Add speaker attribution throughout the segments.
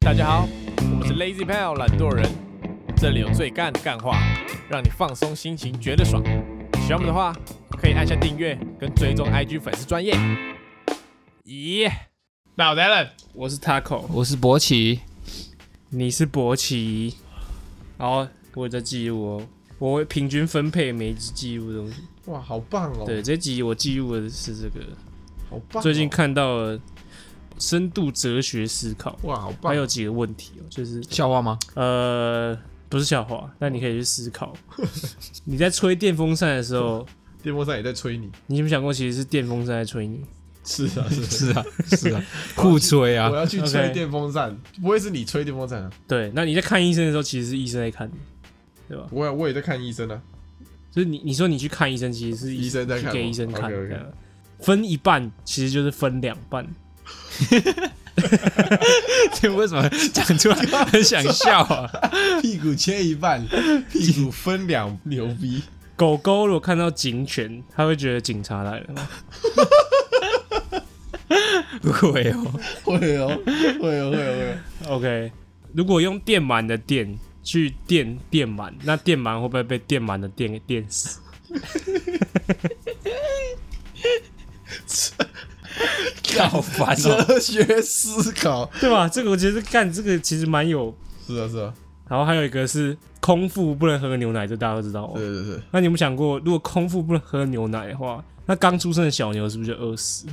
Speaker 1: 大家好，我们是 Lazy Pal 懒惰人，这里有最干的干话，让你放松心情，觉得爽。喜欢我们的话，可以按下订阅跟追踪 IG 粉丝专业。咦，那我是 Allen，
Speaker 2: 我是 Taco，
Speaker 3: 我是博奇，
Speaker 2: 你是博奇，然后我有在记录哦，我会平均分配每一集记录的东西。
Speaker 4: 哇，好棒哦！
Speaker 2: 对，，这集我记录的是这个，
Speaker 4: 好棒哦、
Speaker 2: 最近看到了深度哲学思考，
Speaker 4: 哇，好棒！
Speaker 2: 还有几个问题哦，就是
Speaker 3: 笑话吗？
Speaker 2: 呃，不是笑话，但你可以去思 考。你在吹电风扇的时候，
Speaker 4: 电风扇也在催你。
Speaker 2: 你有没有想过其实是电风扇在吹你？
Speaker 4: 是啊，是
Speaker 3: 是啊，是啊，互吹 啊
Speaker 4: 我，要去
Speaker 2: OK
Speaker 4: 吹电风扇，不会是你吹电风扇啊？
Speaker 2: 对，那你在看医生的时候，其实是医生在看你，对吧？
Speaker 4: 不会啊，我也在看医生啊。
Speaker 2: 就是你你说你去看医生，其实是
Speaker 4: 医生在看
Speaker 2: 去
Speaker 4: 我
Speaker 2: 给医生看啊
Speaker 4: OK，OK
Speaker 2: 这样分一半其实就是分两半，
Speaker 3: 这为什么讲出来很想笑啊？
Speaker 4: 屁股切一半，屁股分两，牛逼！
Speaker 2: 狗狗如果看到警犬，它会觉得警察来了吗。
Speaker 3: 会哦，
Speaker 4: 会哦，会哦，会哦， 会哦。
Speaker 2: OK，如果用电鳗的电去电电鳗，那电鳗会不会被电鳗的电给电死？
Speaker 3: 好烦
Speaker 2: 啊
Speaker 3: 哦。
Speaker 4: 哲学思考，
Speaker 2: 对吧？这个我觉得干这个其实蛮有。
Speaker 4: 是啊，是啊，
Speaker 2: 然后还有一个是空腹不能喝牛奶，这大家都知道、哦
Speaker 4: 对。对对，
Speaker 2: 那你有没有想过，如果空腹不能喝牛奶的话，那刚出生的小牛是不是就饿死？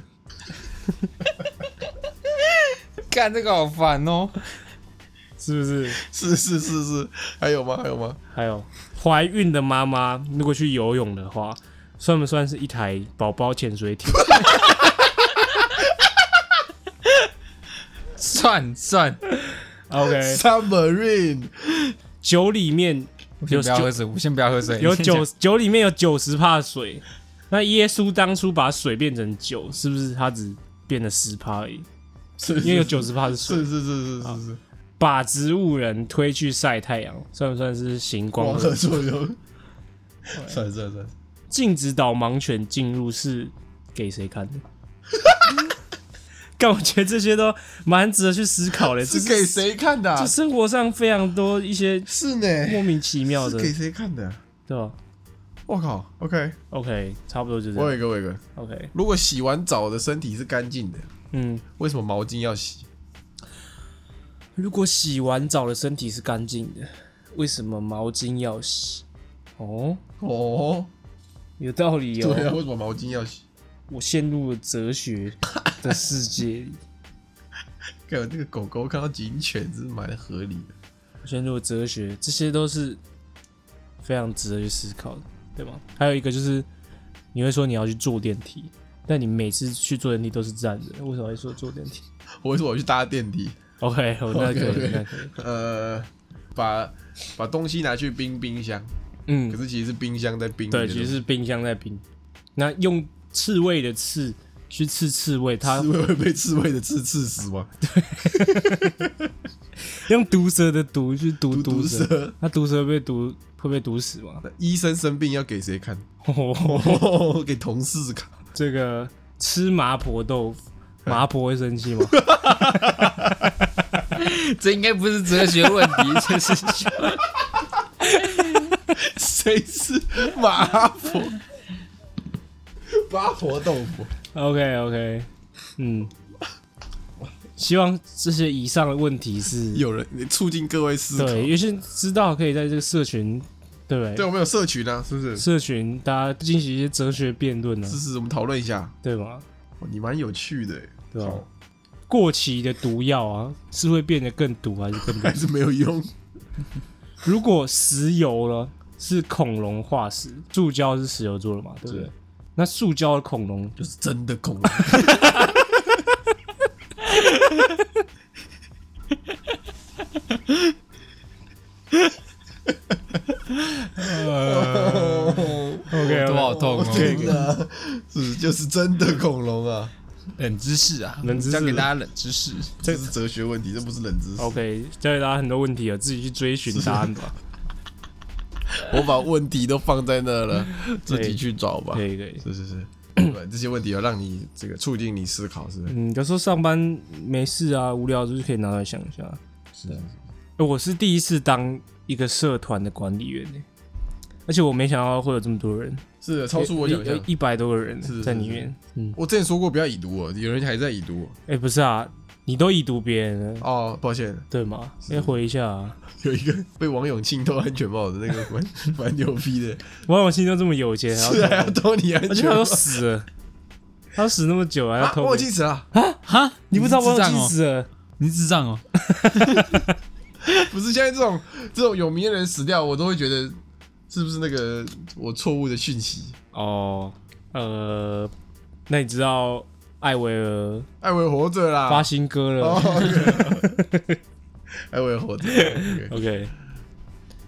Speaker 3: 干这个好烦哦。
Speaker 2: 是不是？
Speaker 4: 是是是是。还有吗？还有吗？
Speaker 2: 还有怀孕的妈妈，如果去游泳的话，算不算是一台宝宝潜水艇？
Speaker 3: 算算，
Speaker 2: OK，
Speaker 4: Submarine，
Speaker 2: 酒里面
Speaker 3: 我
Speaker 2: 有
Speaker 3: 先不要
Speaker 2: 九
Speaker 3: 喝水，我先不要喝水。
Speaker 2: 有
Speaker 3: 你先讲
Speaker 2: 九，酒里面有九十帕水，那耶稣当初把水变成酒，是不是他只变了十帕而已？
Speaker 4: 是
Speaker 2: 因为有九十帕是
Speaker 4: 是啊
Speaker 2: 水。
Speaker 4: 是是是是是，
Speaker 2: 把植物人推去晒太阳，算不算是行光
Speaker 4: 光
Speaker 2: 合
Speaker 4: 合？作用。 算了算了算了，
Speaker 2: 禁止导盲犬进入是给谁看的？ 但我觉得这些都蛮值得去思考的。这
Speaker 4: 哎是给？谁看的啊？
Speaker 2: 就生活上非常多一些
Speaker 4: 是呢，
Speaker 2: 莫名其妙
Speaker 4: 是
Speaker 2: 的，
Speaker 4: 给谁看的啊？
Speaker 2: 对吧
Speaker 4: 我靠，OK，
Speaker 2: ？OK，差不多就这
Speaker 4: 我有
Speaker 2: 样。
Speaker 4: 一个，我有一个。
Speaker 2: OK，
Speaker 4: 如果洗完澡的身体是干净的，
Speaker 2: 嗯，
Speaker 4: 为什么毛巾要洗？
Speaker 2: 如果洗完澡的身体是干净的，为什么毛巾要洗？哦，
Speaker 4: 哦，
Speaker 2: 有道理
Speaker 4: 对
Speaker 2: 哦。
Speaker 4: 啊，为什么毛巾要洗？
Speaker 2: 我陷入了哲学的世界 里，
Speaker 4: 看这个狗狗看到警犬是蛮合理的。
Speaker 2: 我陷入了哲学，这些都是非常值得去思考的，对吗？还有一个就是，你会说你要去坐电梯，但你每次去坐电梯都是站着，为什么会说坐电梯
Speaker 4: 我为什么我去搭电梯？
Speaker 2: ？OK，我那可以
Speaker 4: OK，OK
Speaker 2: 那可以，
Speaker 4: 呃，把把东西拿去冰冰箱，
Speaker 2: 嗯
Speaker 4: 可，是其实是冰箱在冰你的
Speaker 2: 对，
Speaker 4: 东西。
Speaker 2: 其实是冰箱在冰。那用刺猬的刺去刺刺猬，它
Speaker 4: 刺猬会被刺猬的刺刺死吗？
Speaker 2: 用毒蛇的毒去毒
Speaker 4: 毒
Speaker 2: 毒蛇，
Speaker 4: 蛇。
Speaker 2: 那毒蛇会被毒会被毒死 吗？
Speaker 4: 那医生生病要给谁 看？给同事看。
Speaker 2: 这个吃麻婆豆腐，麻婆会 生气吗？
Speaker 3: 这应该不是哲学问 题，这是笑
Speaker 4: 谁是麻 婆？麻婆豆腐。
Speaker 2: OK OK，嗯，希望这些以上的问题是
Speaker 4: 有人你促进各位思考。
Speaker 2: 对，有些人知道可以在这个社群，对不对？
Speaker 4: 对，我们有社群啊，是不是？
Speaker 2: 社群大家进行一些哲学辩论呢、
Speaker 4: 是是，我们讨论一下。
Speaker 2: 对吗？
Speaker 4: 哦你蛮有趣的欸，
Speaker 2: 对吧啊
Speaker 4: 好？
Speaker 2: 过期的毒药啊，是会变得更毒还是更 毒
Speaker 4: 还？是没有用。
Speaker 2: 如果石油了是恐龙化石，塑胶是石油做的嘛，对不对
Speaker 4: 是？
Speaker 2: 那塑胶的恐龙
Speaker 4: 就是真的 恐龙，
Speaker 2: ，OK，
Speaker 3: 多好痛哦。
Speaker 4: 真的啊是就是真的恐龙啊！
Speaker 3: 冷知识啊，
Speaker 2: 冷知识
Speaker 3: 教给大家冷知识。
Speaker 4: 这哦是哲学问题，这不是冷知识。
Speaker 2: OK，教给大家很多问题啊，自己去追寻答案吧。
Speaker 4: 我把问题都放在那了，自己去找吧。
Speaker 2: 可以可以，
Speaker 4: 是是是，对这些问题要让你
Speaker 2: 嗯
Speaker 4: 这个促进你思考，是不是？
Speaker 2: 嗯，有时候上班没事啊，无聊就是可以拿来想一下。
Speaker 4: 是是
Speaker 2: 我是第一次当一个社团的管理员呢、欸而且我没想到会有这么多人，
Speaker 4: 是的，超出我想
Speaker 2: 有
Speaker 4: 象
Speaker 2: 有。一百多个人
Speaker 4: 是是
Speaker 2: 在里面。嗯，
Speaker 4: 我之前说过不要已读我，有人还在已读
Speaker 2: 哎、不是啊，你都已读别人了，
Speaker 4: 我。哦，抱歉，
Speaker 2: 对吗？先回一下、啊，
Speaker 4: 有一个 被王永庆偷安全帽的那 个蛮蛮牛逼的，
Speaker 2: 王永庆都这么有钱，啊还要
Speaker 4: 是还要偷你安
Speaker 2: 而且
Speaker 4: 全
Speaker 2: 他
Speaker 4: 帽
Speaker 2: 都。死了，他死那么久还要
Speaker 4: 啊，
Speaker 2: 偷
Speaker 4: 王
Speaker 2: 别人、
Speaker 4: 永庆死了，
Speaker 3: 哈，
Speaker 2: 你不知道王永庆
Speaker 3: 你是智障哦
Speaker 2: 死了？
Speaker 3: 你是智障哦，
Speaker 4: 不是现在这种这种有名的人死掉，我都会觉得是不是那个我错误的讯息？
Speaker 2: 哦，呃，那你知道艾薇儿
Speaker 4: 艾维哎活着啦，
Speaker 2: 发新歌了、
Speaker 4: 啊哦，OK 艾维哎活着 OK
Speaker 2: o k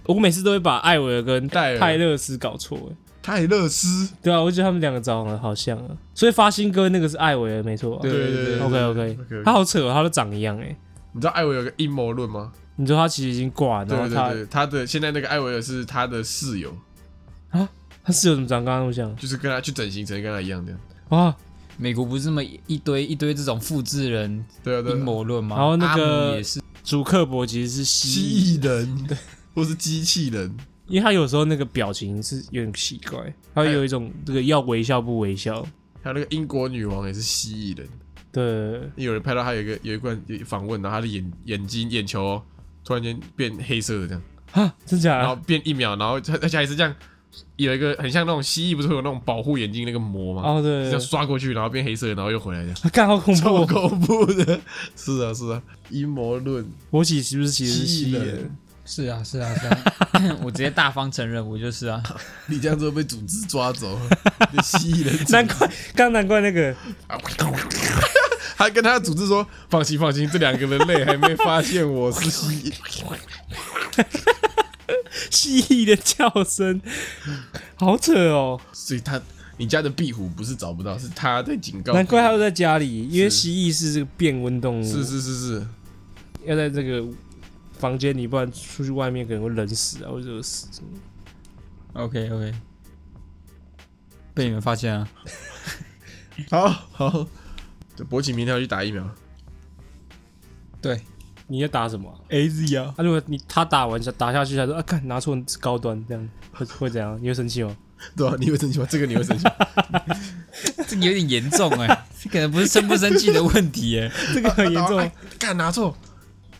Speaker 2: 我每次都会把艾薇儿跟
Speaker 4: 戴尔
Speaker 2: 泰勒斯搞错、哎
Speaker 4: 泰勒斯，
Speaker 2: 对啊，我觉得他们两个长得好像啊，所以发新歌那个是艾薇儿，没错、啊。
Speaker 4: 对对对
Speaker 2: OK OK，
Speaker 4: OK，OK
Speaker 2: 他好扯、哦，他都长一样哎、
Speaker 4: 你知道艾维有个阴谋论吗？
Speaker 2: 你说他其实已经挂了，
Speaker 4: 对
Speaker 2: 然后
Speaker 4: 对
Speaker 2: 他
Speaker 4: 对，他的现在那个艾维尔是他的室友，
Speaker 2: 他室友怎么长刚刚那么像
Speaker 4: 就是跟他去整形成跟他一样的。
Speaker 2: 啊？
Speaker 3: 美国不是这么一一堆一堆这种复制人
Speaker 4: 对啊，对啊
Speaker 3: 阴谋论吗？
Speaker 2: 然后那个
Speaker 3: 阿姆也是，
Speaker 2: 主刻薄其实是
Speaker 4: 蜥
Speaker 2: 蜥蜴，
Speaker 4: 蜴人，或是机器人，
Speaker 2: 因为他有时候那个表情是有点奇怪，他会有一种这个要微笑不微笑。
Speaker 4: 还有那个英国女王也是蜥蜴人。
Speaker 2: 对，
Speaker 4: 有人拍到他有一个有一罐访问，然后他的眼眼睛眼球哦突然间变黑色的这样，
Speaker 2: 哈，真假
Speaker 4: 然后
Speaker 2: 的？
Speaker 4: 变一秒，然后他而且还是这样，有一个很像那种蜥蜴，不是会有那种保护眼睛那个膜吗？
Speaker 2: 哦，
Speaker 4: 这
Speaker 2: 对
Speaker 4: 样，刷过去，然后变黑色，然后又回来这样。
Speaker 2: 他干好 恐
Speaker 4: 超
Speaker 2: 怖！哦
Speaker 4: 恐怖的，是啊是啊，阴谋论，
Speaker 2: 我起是不是其实是蜥
Speaker 4: 蜥
Speaker 2: 蜴
Speaker 4: 蜴
Speaker 2: 人
Speaker 4: 人？
Speaker 3: 是啊是啊是 啊，我直接大方承认我就是啊，
Speaker 4: 你这样做被组织抓 走，你蜥蜴人组织
Speaker 2: 难怪，刚难怪那个
Speaker 4: 还跟 他的组织说：“放心，放心，这两个人类还没发现我是蜥蜴。
Speaker 2: 蜥蜴的叫声，好扯哦！”
Speaker 4: 所以他，你家的壁虎不是找不到，是他在警告。
Speaker 2: 难怪他都在家里，因为蜥蜴是这个变温动物，
Speaker 4: 是是是是，
Speaker 2: 要在这个房间里，不然出去外面可能会冷死啊，或者热死什么的。
Speaker 3: OK OK，被你们发现啊！
Speaker 4: 好好。这博奇明天要去打疫苗，
Speaker 3: 对
Speaker 2: 你要打什么啊、
Speaker 3: ，A Z 啊，
Speaker 2: 啊，如果你他打完下打下去，他说啊，看拿错是高端，这样会会怎样？你会生气吗？
Speaker 4: 对啊，你会生气吗？这个你会生气吗？
Speaker 3: 这个有点严重哎、 这可能不是生不生气的问题哎、
Speaker 2: 这个 很严重啊
Speaker 4: 哎，，干拿错，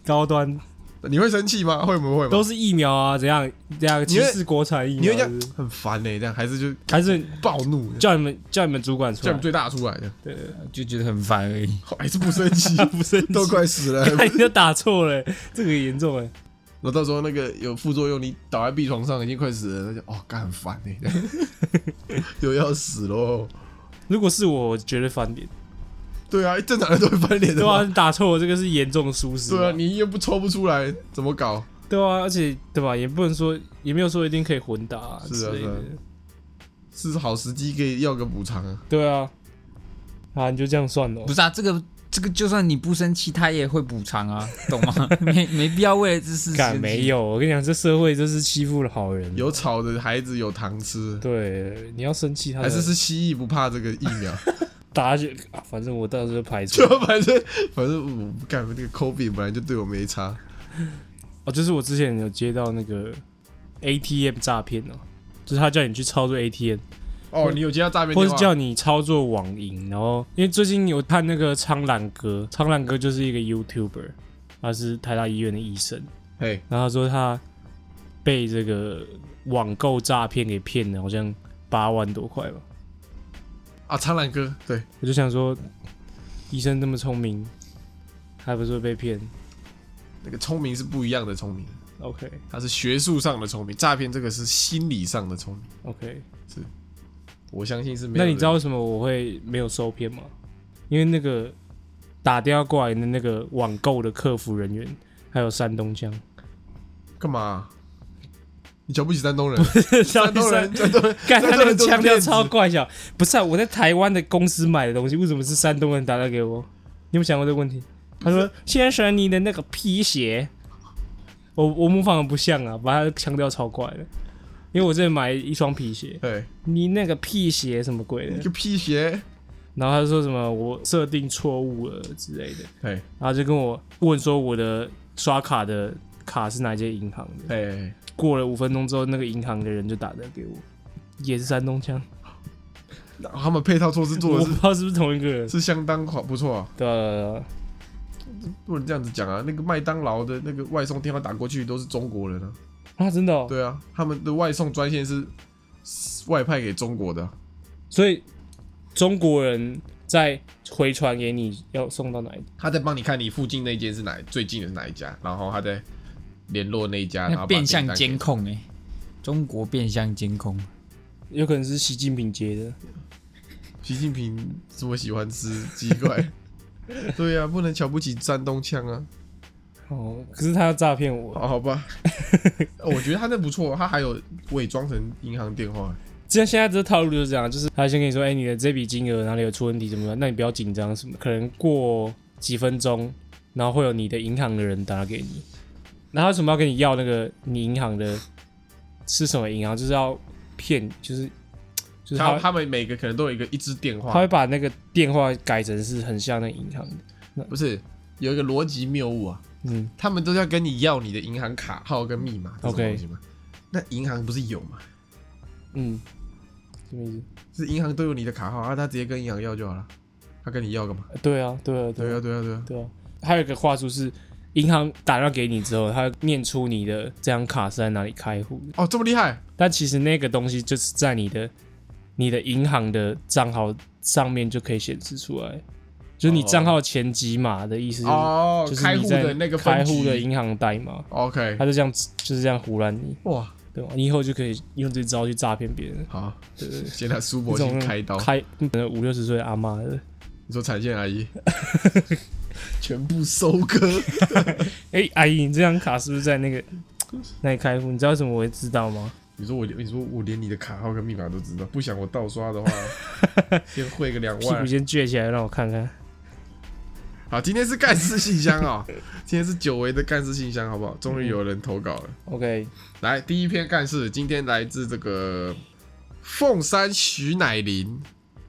Speaker 2: 高端
Speaker 4: 你会生气吗？会不会吗？
Speaker 2: 都是疫苗啊，怎样怎样
Speaker 4: 你
Speaker 2: 歧
Speaker 4: 会
Speaker 2: 视国产疫
Speaker 4: 你
Speaker 2: 苗
Speaker 4: 会这样
Speaker 2: 是不是
Speaker 4: 很烦呢、这样还是就
Speaker 2: 还是
Speaker 4: 暴怒，
Speaker 2: 叫你们叫你们主管出
Speaker 4: 叫你
Speaker 2: 来
Speaker 4: 们？最大的出来的，
Speaker 3: 就觉得很烦而已。
Speaker 4: 还 是不生气，
Speaker 2: 不生气，
Speaker 4: 都快死了。
Speaker 2: 哎看你就打错了，这个严重哎。
Speaker 4: 然后到时候那个有副作用，你倒在病床上已经快死了，那就哦，干很烦呢、 又要死喽。
Speaker 2: 如果是我，我绝对翻脸。
Speaker 4: 对啊，正常人都会翻脸的
Speaker 2: 对啊，
Speaker 4: 嘛。
Speaker 2: 你打错了这个是严重疏失嘛。
Speaker 4: 对啊，你又不抽不出来，怎么搞？
Speaker 2: 对啊，而且对吧，也不能说也没有说一定可以混打啊
Speaker 4: 是啊
Speaker 2: 之类的
Speaker 4: 是。是好时机可以要个补偿啊。
Speaker 2: 对啊，啊，你就这样算了
Speaker 3: 不。是啊，这个这个，就算你不生气，他也会补偿啊，懂吗？ 没没必要为了这事情
Speaker 2: 敢没有？我跟你讲，这社会就是欺负了好人。
Speaker 4: 有草的孩子有糖吃，
Speaker 2: 对，你要生气他
Speaker 4: 还
Speaker 2: 才
Speaker 4: 是是蜥蜴不怕这个疫苗？
Speaker 2: 打下去、啊，反正我到时候排除
Speaker 4: 就。反正反正我不干，那个 COVID 本来就对我没差。
Speaker 2: 哦，就是我之前有接到那个 ATM 诈骗哦，就是他叫你去操作 ATM，
Speaker 4: 哦，你有接到诈骗
Speaker 2: 或
Speaker 4: 电
Speaker 2: 是
Speaker 4: 话？
Speaker 2: 叫你操作网银，然后因为最近有看那个苍兰哥，苍兰哥就是一个 YouTuber，他是台大医院的医生，
Speaker 4: 嘿，
Speaker 2: 然后他说他被这个网购诈骗给骗了，好像八万多块吧。
Speaker 4: 啊，苍兰哥，对，
Speaker 2: 我就想说，医生这么聪明，还不是会被骗
Speaker 4: 那个聪明是不一样的聪明，
Speaker 2: ？OK
Speaker 4: 他是学术上的聪明，诈骗这个是心理上的聪明。
Speaker 2: OK，
Speaker 4: 我相信是没有
Speaker 2: 那
Speaker 4: 人。
Speaker 2: 你知道为什么我会没有受骗吗？因为那个打电话过来的那个网购的客服人员，还有山东腔，
Speaker 4: 干嘛、你瞧不起山东 人？
Speaker 2: 山
Speaker 4: 山东人，山东人，
Speaker 2: 干他那个
Speaker 4: 都是
Speaker 2: 腔调
Speaker 4: 骗子
Speaker 2: 超怪笑。不是、啊，我在台湾的公司买的东西，为什么是山东人打来给我？你有没有想过这个问题？他说：“先生，你的那个皮鞋，我我模仿的不像啊，把他的腔调超怪的。因为我之前买一双皮鞋，
Speaker 4: 对，
Speaker 2: 你那个屁鞋什么鬼
Speaker 4: 你
Speaker 2: 的
Speaker 4: 哎个，屁鞋，
Speaker 2: 然后他就说什么我设定错误了之类的，
Speaker 4: 对，
Speaker 2: 然后就跟我问说我的刷卡的卡是哪一间银行的。
Speaker 4: 哎，
Speaker 2: 过了五分钟之后，那个银行的人就打电话给我，也是山东腔，
Speaker 4: 那他们配套措施做
Speaker 2: 我
Speaker 4: 的
Speaker 2: 不
Speaker 4: 是
Speaker 2: 知道是不是同一个人。
Speaker 4: 是相当好，不错啊。
Speaker 2: 对啊对啊对啊
Speaker 4: 不能这样子讲啊，那个麦当劳的那个外送电话打过去都是中国人啊。
Speaker 2: 啊，真的、哦。
Speaker 4: 对啊，他们的外送专线是外派给中国的啊、
Speaker 2: 所以中国人在回传给你要送到哪里？
Speaker 4: 他在帮你看你附近那间是哪最近的是哪一家，然后他在联络那一家，然后
Speaker 3: 那
Speaker 4: 把
Speaker 3: 变相
Speaker 4: 订单给
Speaker 3: 监控哎、中国变相监控，
Speaker 2: 有可能是习近平接的。
Speaker 4: 习近平这么喜欢吃鸡 块，对呀、啊，不能瞧不起山东腔啊。
Speaker 2: 哦，可是他要诈骗我。
Speaker 4: 好好 吧，哦我觉得他那不错，他还有伪装成银行电话。
Speaker 2: 这样现在这套路就是这样，就是他先跟你说，哎、你的这笔金额哪里有出问题什么的，那你不要紧张什么的，可能过几分钟，然后会有你的银行的人打给你，然后他为什么要跟你要那个你银行的是什么银行，就是要骗，就是就是
Speaker 4: 他
Speaker 2: 他
Speaker 4: 他们每个可能都有一个一支电
Speaker 2: 他
Speaker 4: 话
Speaker 2: 会，把那个电话改成是很像那个银行的，
Speaker 4: 不是有一个逻辑谬误啊，
Speaker 2: 嗯，
Speaker 4: 他们都要跟你要你的银行卡号跟密码这种
Speaker 2: OK
Speaker 4: 东西嘛。那银行不是有吗？
Speaker 2: 嗯，什么意思？
Speaker 4: 是银行都有你的卡号啊，他直接跟银行要就好了。他跟你要干嘛？
Speaker 2: 呃对啊，对啊，
Speaker 4: 对啊，
Speaker 2: 啊，
Speaker 4: 对啊，对啊。
Speaker 2: 对啊。还有一个话术是，银行打电话给你之后，他会念出你的这张卡是在哪里开户的，
Speaker 4: 哦，这么厉害！
Speaker 2: 但其实那个东西就是在你的你的银行的账号上面就可以显示出来，就是你
Speaker 4: 哦
Speaker 2: 账号前几码的意思、就是，
Speaker 4: 哦，
Speaker 2: 就是
Speaker 4: 开
Speaker 2: 你
Speaker 4: 户
Speaker 2: 在
Speaker 4: 的那个分
Speaker 2: 开户
Speaker 4: 局
Speaker 2: 的银行代码，
Speaker 4: OK，
Speaker 2: 他就这样就是这样胡乱你，
Speaker 4: 哇，
Speaker 2: 对吧？你以后就可以用这招去诈骗别人，
Speaker 4: 好，
Speaker 2: 对对对。
Speaker 4: 现在苏
Speaker 2: 这
Speaker 4: 博
Speaker 2: 种
Speaker 4: 先开刀。
Speaker 2: 开可能五六十岁的阿妈的，
Speaker 4: 你说产线阿 姨，全部收割。
Speaker 2: 哎、阿姨，你这张卡是不是在那 个那里开户？你知道为什么我会知道吗？
Speaker 4: 你说我，你说我连你的卡号跟密码都知道，不想我盗刷的话， 先汇个两
Speaker 2: 屁股
Speaker 4: 万。
Speaker 2: 先撅起来让我看看。
Speaker 4: 好，今天是干事信箱哦， 今天是久违的干事信箱，好不好？终于有人投稿了。
Speaker 2: OK，
Speaker 4: 来，第一篇干事，今天来自这个凤山徐乃麟，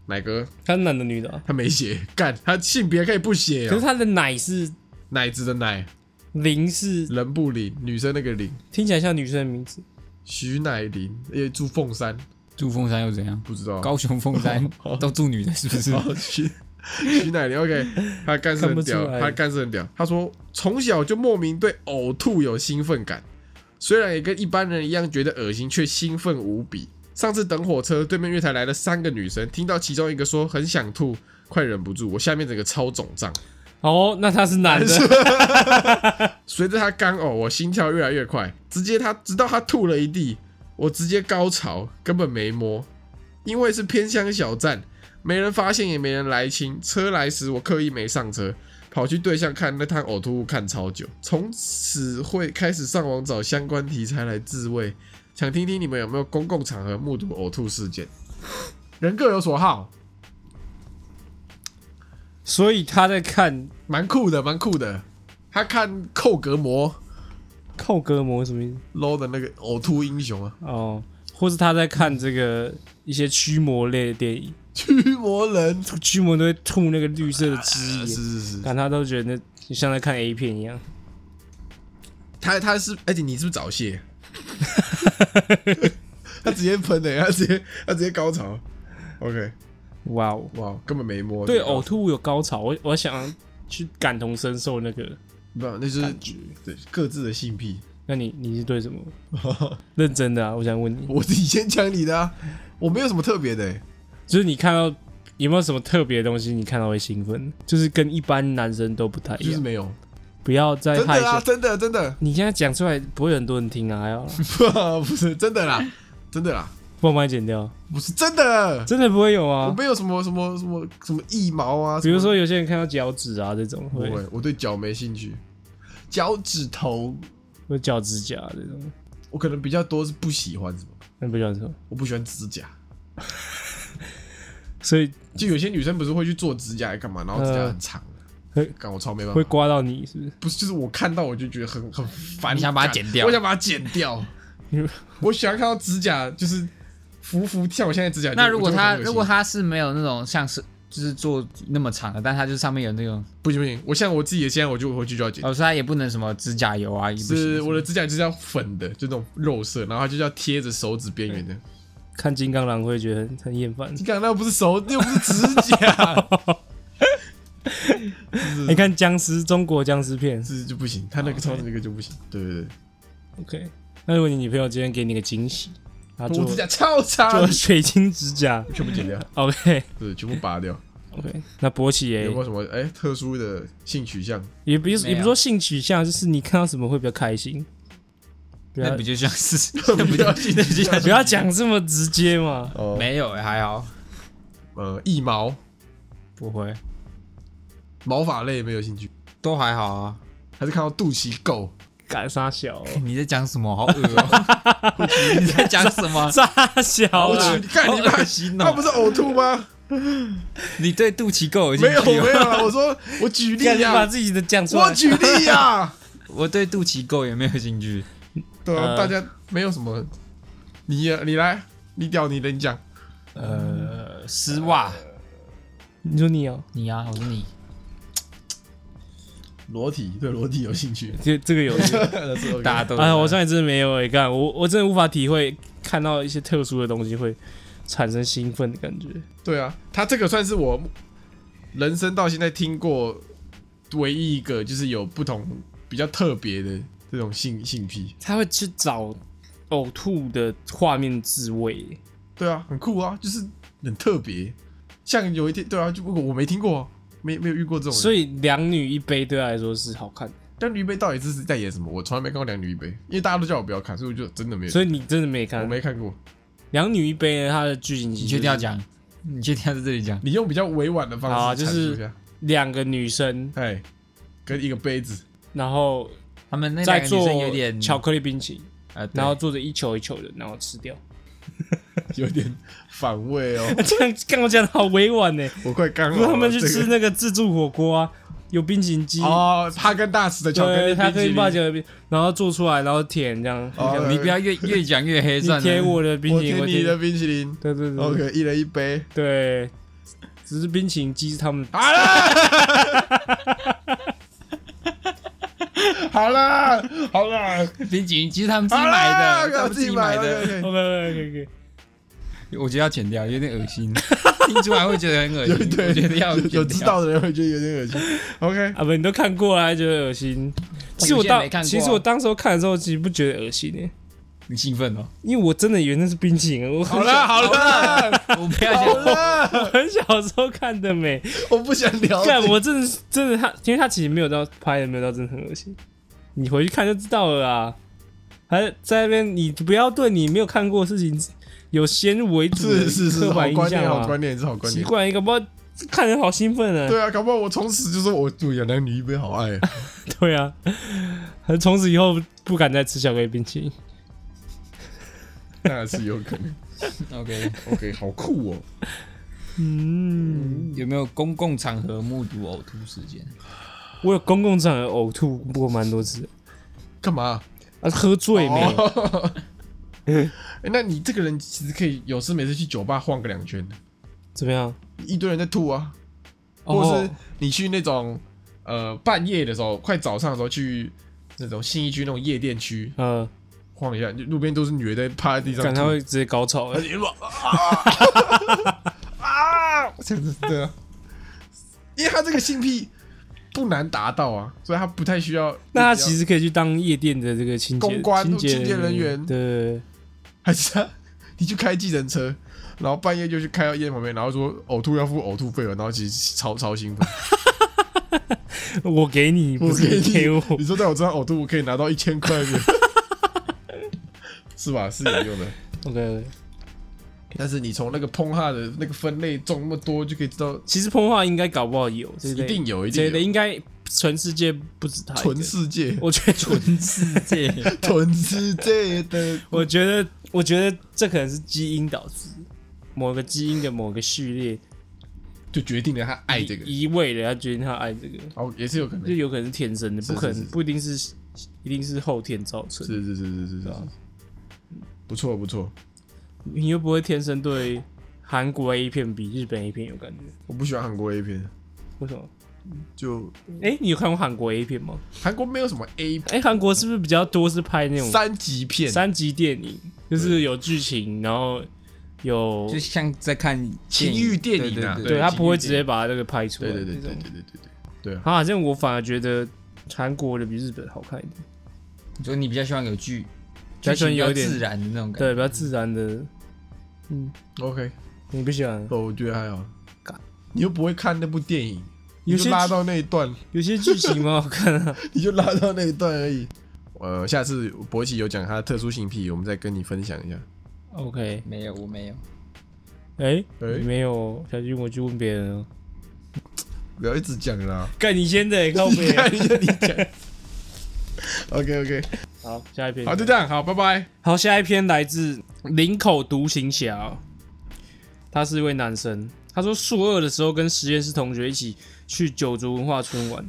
Speaker 4: 奶哥，
Speaker 2: 他是男的女的啊、
Speaker 4: 他没写， 干，他性别可以不写
Speaker 2: 可
Speaker 4: 哦，
Speaker 2: 是他的奶是
Speaker 4: 奶子的奶，
Speaker 2: 零是，
Speaker 4: 人不灵，女生那个灵，
Speaker 2: 听起来像女生的名字。
Speaker 4: 徐乃麟，也住凤山，
Speaker 3: 住凤山又怎样？
Speaker 4: 不知道。
Speaker 3: 高雄凤山 都住女的，是不是？
Speaker 4: 哦，徐徐乃麟，OK，他干事很
Speaker 2: 看
Speaker 4: 屌
Speaker 2: 不出，来
Speaker 4: 他干事很屌。他说从小就莫名对呕吐有兴奋感，虽然也跟一般人一样觉得恶心，却兴奋无比。上次等火车，对面月台来了三个女生，听到其中一个说很想吐，快忍不住，我下面整个超肿胀。
Speaker 2: 哦，那他是男的，
Speaker 4: 随着他干呕，我心跳越来越快，直接他直到他吐了一地，我直接高潮，根本没摸，因为是偏乡小站，没人发现也没人来清。车来时我刻意没上车，跑去对象看那滩呕吐物看超久，从此会开始上网找相关题材来自慰，想听听你们有没有公共场合目睹呕吐事件。人各有所好，
Speaker 2: 所以他在看
Speaker 4: 蛮酷的，蛮酷的。他看寇格魔
Speaker 2: 寇格魔什么意思？
Speaker 4: low 的那个呕吐英雄啊，
Speaker 2: 哦，或是他在看这个一些驱魔类的电影，
Speaker 4: 驱魔人。
Speaker 2: 驱魔都会吐那个绿色的汁
Speaker 4: 呃 是
Speaker 2: 液，
Speaker 4: 是 是，
Speaker 2: 看他都觉得那像在看 A 片一样。
Speaker 4: 他他是，而且你是不是早 泄？他直接喷的、欸他直接他直接高潮。OK，
Speaker 2: 哇哦，
Speaker 4: 哇，根本没摸。
Speaker 2: 对哦
Speaker 4: 这个
Speaker 2: 呕吐物有高潮，我我想去感同身受那个。
Speaker 4: 不，那就是对各自的性癖。
Speaker 2: 那你你是对什么？ 认真的啊，我想问你，
Speaker 4: 我自己先讲你的、啊，我没有什么特别
Speaker 2: 哎
Speaker 4: 的、欸
Speaker 2: 就是你看到有没有什么特别的东西，你看到会兴奋，就是跟一般男生都不太
Speaker 4: 就
Speaker 2: 一
Speaker 4: 是
Speaker 2: 样。
Speaker 4: 没有。
Speaker 2: 不要再
Speaker 4: 真
Speaker 2: 害
Speaker 4: 的
Speaker 2: 羞
Speaker 4: 啊，，真的真的，
Speaker 2: 你现在讲出来不会有很多人听啊，还好啦
Speaker 4: 不是真的啦，真的啦，
Speaker 2: 不然我帮你剪掉，
Speaker 4: 不是真的。
Speaker 2: 真的不会有
Speaker 4: 我
Speaker 2: 啊。
Speaker 4: 没有什么什么什么什么腋毛啊，
Speaker 2: 比如
Speaker 4: 什
Speaker 2: 说有些人看到脚趾啊这种，
Speaker 4: 么
Speaker 2: 会
Speaker 4: 不会，我对脚没兴趣，脚趾头
Speaker 2: 会脚指甲这种，
Speaker 4: 我可能比较多是不喜欢什么，
Speaker 2: 那不喜欢什么？
Speaker 4: 我不喜欢指甲。
Speaker 2: 所以
Speaker 4: 就有些女生不是会去做指甲来干嘛，然后指甲
Speaker 2: 呃
Speaker 4: 很长，
Speaker 2: 会
Speaker 4: 干、我超没办
Speaker 2: 会
Speaker 4: 法。
Speaker 2: 刮到你是不是？
Speaker 4: 不是，就是我看到我就觉得很很烦，
Speaker 3: 你想把它剪掉
Speaker 4: 我想把它剪 掉。我喜欢看到指甲就是浮浮，像我现在指甲就。
Speaker 3: 那如果
Speaker 4: 我就
Speaker 3: 他
Speaker 4: 很恶心
Speaker 3: 如果他是没有那种像是就是做那么长的，但它就是上面有那种，
Speaker 4: 不行不行，我像我自己的，现在我就回去就要剪。
Speaker 3: 哦，所以它也不能什么指甲油啊，也不
Speaker 4: 是
Speaker 3: 行。
Speaker 4: 我的指甲就是要粉的，就那种肉色，然后它就是要贴着手指边缘的。
Speaker 2: 看金刚狼会觉得很很厌烦。
Speaker 4: 你看那又不是手，那又不是指甲，
Speaker 2: 你看僵尸，中国僵尸片
Speaker 4: 这就不行。它那个超那个就不行。对对对，
Speaker 2: ，OK。那如果你女朋友今天给你个惊喜，她做
Speaker 4: 我指甲超长，
Speaker 2: 做水晶指甲
Speaker 4: 全部剪掉，
Speaker 2: ，OK
Speaker 4: 对，全部拔 掉。
Speaker 2: OK。那博奇也
Speaker 4: 有没有什么哎特殊的性取向？
Speaker 2: 也不是
Speaker 3: 没有
Speaker 2: 也不说性取向，就是你看到什么会比较开心。不要
Speaker 3: 那比较像是，
Speaker 4: 特别要性取向
Speaker 2: 不要讲这么直接嘛，
Speaker 4: 哦，
Speaker 3: 没有、欸，还好，
Speaker 4: 呃，腋毛、
Speaker 3: 不会，
Speaker 4: 毛发类没有兴趣，
Speaker 3: 都还好啊。欸
Speaker 4: 还是看到肚脐 够，
Speaker 2: 敢杀小 哦
Speaker 3: 你在讲什么？好恶哦、 你在讲什么？
Speaker 2: 杀小
Speaker 4: 我
Speaker 2: 啊，
Speaker 4: 去，你看你
Speaker 3: 好恶
Speaker 4: 妈，
Speaker 3: 心
Speaker 4: 那
Speaker 3: 哦、
Speaker 4: 不是呕吐吗？
Speaker 3: 你对肚脐够有兴
Speaker 4: 没有
Speaker 3: 趣、哦
Speaker 4: 没有啊啦，我说我举
Speaker 2: 你敢
Speaker 4: 例
Speaker 2: 把
Speaker 4: 呀，
Speaker 2: 自己的讲出
Speaker 4: 我
Speaker 2: 来，
Speaker 4: 举例呀。
Speaker 3: 我对肚脐够也没有兴趣。
Speaker 4: 对啊，
Speaker 2: 呃
Speaker 4: 大家没有什么，你也你来，你屌你的，你讲，
Speaker 3: 呃，丝袜，
Speaker 2: 你说你哦，
Speaker 3: 你啊，我说你，
Speaker 4: 裸体对裸体有兴 趣，
Speaker 2: 这这个有趣
Speaker 4: 大
Speaker 3: 大家都
Speaker 2: 哎，我上一真的没有哎，干我我真的无法体会看到一些特殊的东西会产生兴奋的感觉。
Speaker 4: 对啊，他这个算是我人生到现在听过唯一一个就是有不同比较特别的这种性性癖，
Speaker 2: 他会去找呕吐的画面自慰，
Speaker 4: 对啊，很酷啊，就是很特别，像有一天对啊，就我我没听过，没没有遇过这种人，
Speaker 2: 所以两女一杯对他来说是好看的，
Speaker 4: 但驴杯到底这是在演什么？我从来没看过两女一杯，因为大家都叫我不要看，所以我就真的没有，
Speaker 2: 所以啊你真的没看
Speaker 4: 我没看过。
Speaker 2: 两女一杯呢？它的剧情
Speaker 3: 你
Speaker 2: 你
Speaker 3: 确定要讲？你确定要在这里讲？
Speaker 4: 你用比较委婉的方式
Speaker 2: 好啊就
Speaker 4: 阐
Speaker 2: 是
Speaker 4: 述一下
Speaker 2: 两个女生，
Speaker 4: 哎，跟一个杯子，
Speaker 2: 然后
Speaker 3: 他们那
Speaker 2: 在
Speaker 3: 两个女
Speaker 2: 做
Speaker 3: 生有点
Speaker 2: 巧，克力冰淇淋，
Speaker 3: 呃，
Speaker 2: 然后做着一球一球的，然后吃 掉。
Speaker 4: 有点反胃 哦，
Speaker 2: 这样跟我讲的好委婉呢，
Speaker 4: 我快干
Speaker 2: 不
Speaker 4: 了。
Speaker 2: 过他们去
Speaker 4: 这个
Speaker 2: 吃哦那个自助火锅啊，有冰淇淋机，
Speaker 4: 哦，哈根达斯的巧克力
Speaker 2: 对，
Speaker 4: 冰
Speaker 2: 他可
Speaker 4: 淇
Speaker 2: 以
Speaker 4: 淋，
Speaker 2: 把巧克力，然后做出来，然后舔这样。
Speaker 4: 哦
Speaker 3: 对你不要越越讲越黑，
Speaker 2: 你
Speaker 3: 算
Speaker 2: 舔
Speaker 3: 了。
Speaker 2: 我的冰
Speaker 4: 我
Speaker 2: 淇淋，
Speaker 4: 听
Speaker 2: 我嗯
Speaker 4: 你
Speaker 2: 舔
Speaker 4: 的，冰淇淋
Speaker 2: 对对对对
Speaker 4: ，OK，一人一杯。
Speaker 2: 对，只是冰淇淋机是他们
Speaker 4: 好了，好了， 好了，
Speaker 3: 冰淇淋其实他们自己
Speaker 4: 好
Speaker 3: 买
Speaker 4: 了，
Speaker 3: 的，他
Speaker 4: 我
Speaker 3: 们自
Speaker 4: 自
Speaker 3: 己
Speaker 4: 己
Speaker 3: 买
Speaker 4: 买
Speaker 3: 的。
Speaker 2: OK
Speaker 4: 的，
Speaker 2: OK OK，
Speaker 3: 我觉得要剪掉，有点恶心，听出来会觉得很恶
Speaker 4: 有
Speaker 3: 心。
Speaker 4: 对，
Speaker 3: 我觉得要
Speaker 4: 有有
Speaker 3: 剪掉
Speaker 4: 知，道的人会觉得有点恶心。OK，
Speaker 2: 啊不，你都看过了，还觉得恶心。其实我
Speaker 3: 有些人
Speaker 2: 当
Speaker 3: 没看过啊
Speaker 2: 其实我当时候看的时候，其实不觉得恶心诶，
Speaker 3: 你兴奋哦。
Speaker 2: 因为我真的以为那是冰淇淋。我
Speaker 4: 好了，好了，
Speaker 3: 我不要
Speaker 4: 好
Speaker 3: 讲，
Speaker 2: 我
Speaker 4: 了，
Speaker 2: 很小时候看的美，
Speaker 4: 我不想聊
Speaker 2: 干我真的是真的他，因为他其实没有到拍的没有到真的很恶心，你回去看就知道了啦。还在那边，你不要对你没有看过的事情有先入为主的
Speaker 4: 是是是，
Speaker 2: 刻
Speaker 4: 好
Speaker 2: 板印
Speaker 4: 观
Speaker 2: 象
Speaker 4: 念，好
Speaker 2: 啊。
Speaker 4: 观念，是好观
Speaker 2: 奇
Speaker 4: 念。
Speaker 2: 怪，一个不知道看人好兴奋呢。
Speaker 4: 对啊，搞不好我从此就说我对养男女一杯好爱。
Speaker 2: 对啊，还从此以后不敢再吃巧克力冰淇淋。
Speaker 4: 那是有可能。
Speaker 3: OK，
Speaker 4: OK，好酷哦！
Speaker 2: 嗯，
Speaker 3: 有没有公共场合目睹呕吐事件？
Speaker 2: 我有公共场合呕吐过蛮多次的，
Speaker 4: 干嘛？
Speaker 2: 啊，喝醉没？
Speaker 4: 哦 欸那你这个人其实可以有事没事去酒吧晃个两圈，
Speaker 2: 怎么样？
Speaker 4: 一堆人在吐啊，
Speaker 2: 哦
Speaker 4: 或者是你去那种呃半夜的时候，快早上的时候去那种信义区那种夜店区
Speaker 2: 呃，
Speaker 4: 晃一下，就路边都是女的在趴在地上
Speaker 2: 感
Speaker 4: 吐，哎
Speaker 2: 他会直接 高潮欸。
Speaker 4: 啊，这样子对 啊，因为他这个性癖不难达到啊，所以他不太需要。
Speaker 2: 那他其实可以去当夜店的这个清洁
Speaker 4: 公关
Speaker 2: 清洁
Speaker 4: 清洁人员
Speaker 2: 对，
Speaker 4: 还是他，你去开计程车，然后半夜就去开到夜店旁边，然后说呕吐要付呕吐费了，然后其实超超兴奋。
Speaker 2: 我给你， 不
Speaker 4: 我
Speaker 2: 是
Speaker 4: 给
Speaker 2: 你
Speaker 4: 你，
Speaker 2: 给我。
Speaker 4: 你说在我身上呕吐，我可以拿到一千块吗？ 是吧？是有用的。
Speaker 2: OK，
Speaker 4: 但是你从那个碰哈的那个分类中那么多，就可以知道
Speaker 2: 其实碰话应该搞不好有，这
Speaker 4: 一
Speaker 2: 类
Speaker 4: 定有，一
Speaker 2: 这
Speaker 4: 定
Speaker 2: 类
Speaker 4: 有。
Speaker 2: 应该全世界不止他一个
Speaker 4: 纯。世界，
Speaker 2: 我觉得，
Speaker 3: 纯世界，
Speaker 4: 纯世界的，
Speaker 2: 我觉得，我觉得这可能是基因导致某个基因的某个序列
Speaker 4: 就决定了他爱这个，
Speaker 2: 移位了，他决定他爱这个，
Speaker 4: 哦，也是有可能
Speaker 2: 就。有可能是天生的，
Speaker 4: 是
Speaker 2: 不可能
Speaker 4: 是是
Speaker 2: 不一定是一定是后天造成的。
Speaker 4: 是是
Speaker 2: 啊
Speaker 4: 是是是是，不错不错，
Speaker 2: 你又不会天生对韩国 A 片比日本 A 片有感觉？
Speaker 4: 我不喜欢韩国 A 片，
Speaker 2: 为什么？
Speaker 4: 就
Speaker 2: 哎、你有看过韩国 A 片吗？
Speaker 4: 韩国没有什么 A
Speaker 2: 哎、韩国是不是比较多是拍那种
Speaker 4: 三级片，
Speaker 2: 三级电影，就是有剧情，然后有
Speaker 3: 就像在看电影
Speaker 4: 情欲电影啊
Speaker 3: 对
Speaker 2: 对
Speaker 4: 对
Speaker 2: 他
Speaker 4: 情
Speaker 2: 不会
Speaker 4: 欲
Speaker 2: 直
Speaker 4: 电
Speaker 2: 接把这个拍出来。
Speaker 4: 对对对对
Speaker 2: 这
Speaker 4: 对
Speaker 2: 种
Speaker 4: 对对对对对啊，
Speaker 2: 啊，这样我反而觉得韩国的比日本好看一点，
Speaker 3: 你说你比较喜欢有剧，
Speaker 2: 较
Speaker 3: 剧
Speaker 2: 喜欢
Speaker 3: 情比
Speaker 2: 有
Speaker 3: 较
Speaker 2: 一点
Speaker 3: 自然的那种感觉。
Speaker 2: 对，比较自然的。
Speaker 4: OK，
Speaker 2: 你不喜欢？
Speaker 4: 哦我觉得还好
Speaker 2: 干。
Speaker 4: 你又不会看那部电影，
Speaker 2: 有
Speaker 4: 你
Speaker 2: 些
Speaker 4: 就拉到那一段，
Speaker 2: 有些剧情蛮好 看啊。
Speaker 4: 你就拉到那一段而已。呃，下次博奇有讲他的特殊性癖，我们再跟你分享一下。
Speaker 2: OK，
Speaker 3: 没有，我没有。
Speaker 2: 哎、
Speaker 4: 哎
Speaker 2: 你没有小军，我去问别人哦了。
Speaker 4: 不要一直讲啦，
Speaker 2: 干你先的、靠
Speaker 4: 你
Speaker 2: 别
Speaker 4: 看一下你讲。OK OK，
Speaker 2: 好，下一 篇。
Speaker 4: 好，就这样，好，拜拜。
Speaker 2: 好，下一篇来自林口独行侠哦、他是一位男生。他说，硕二的时候跟实验室同学一起去九族文化村玩，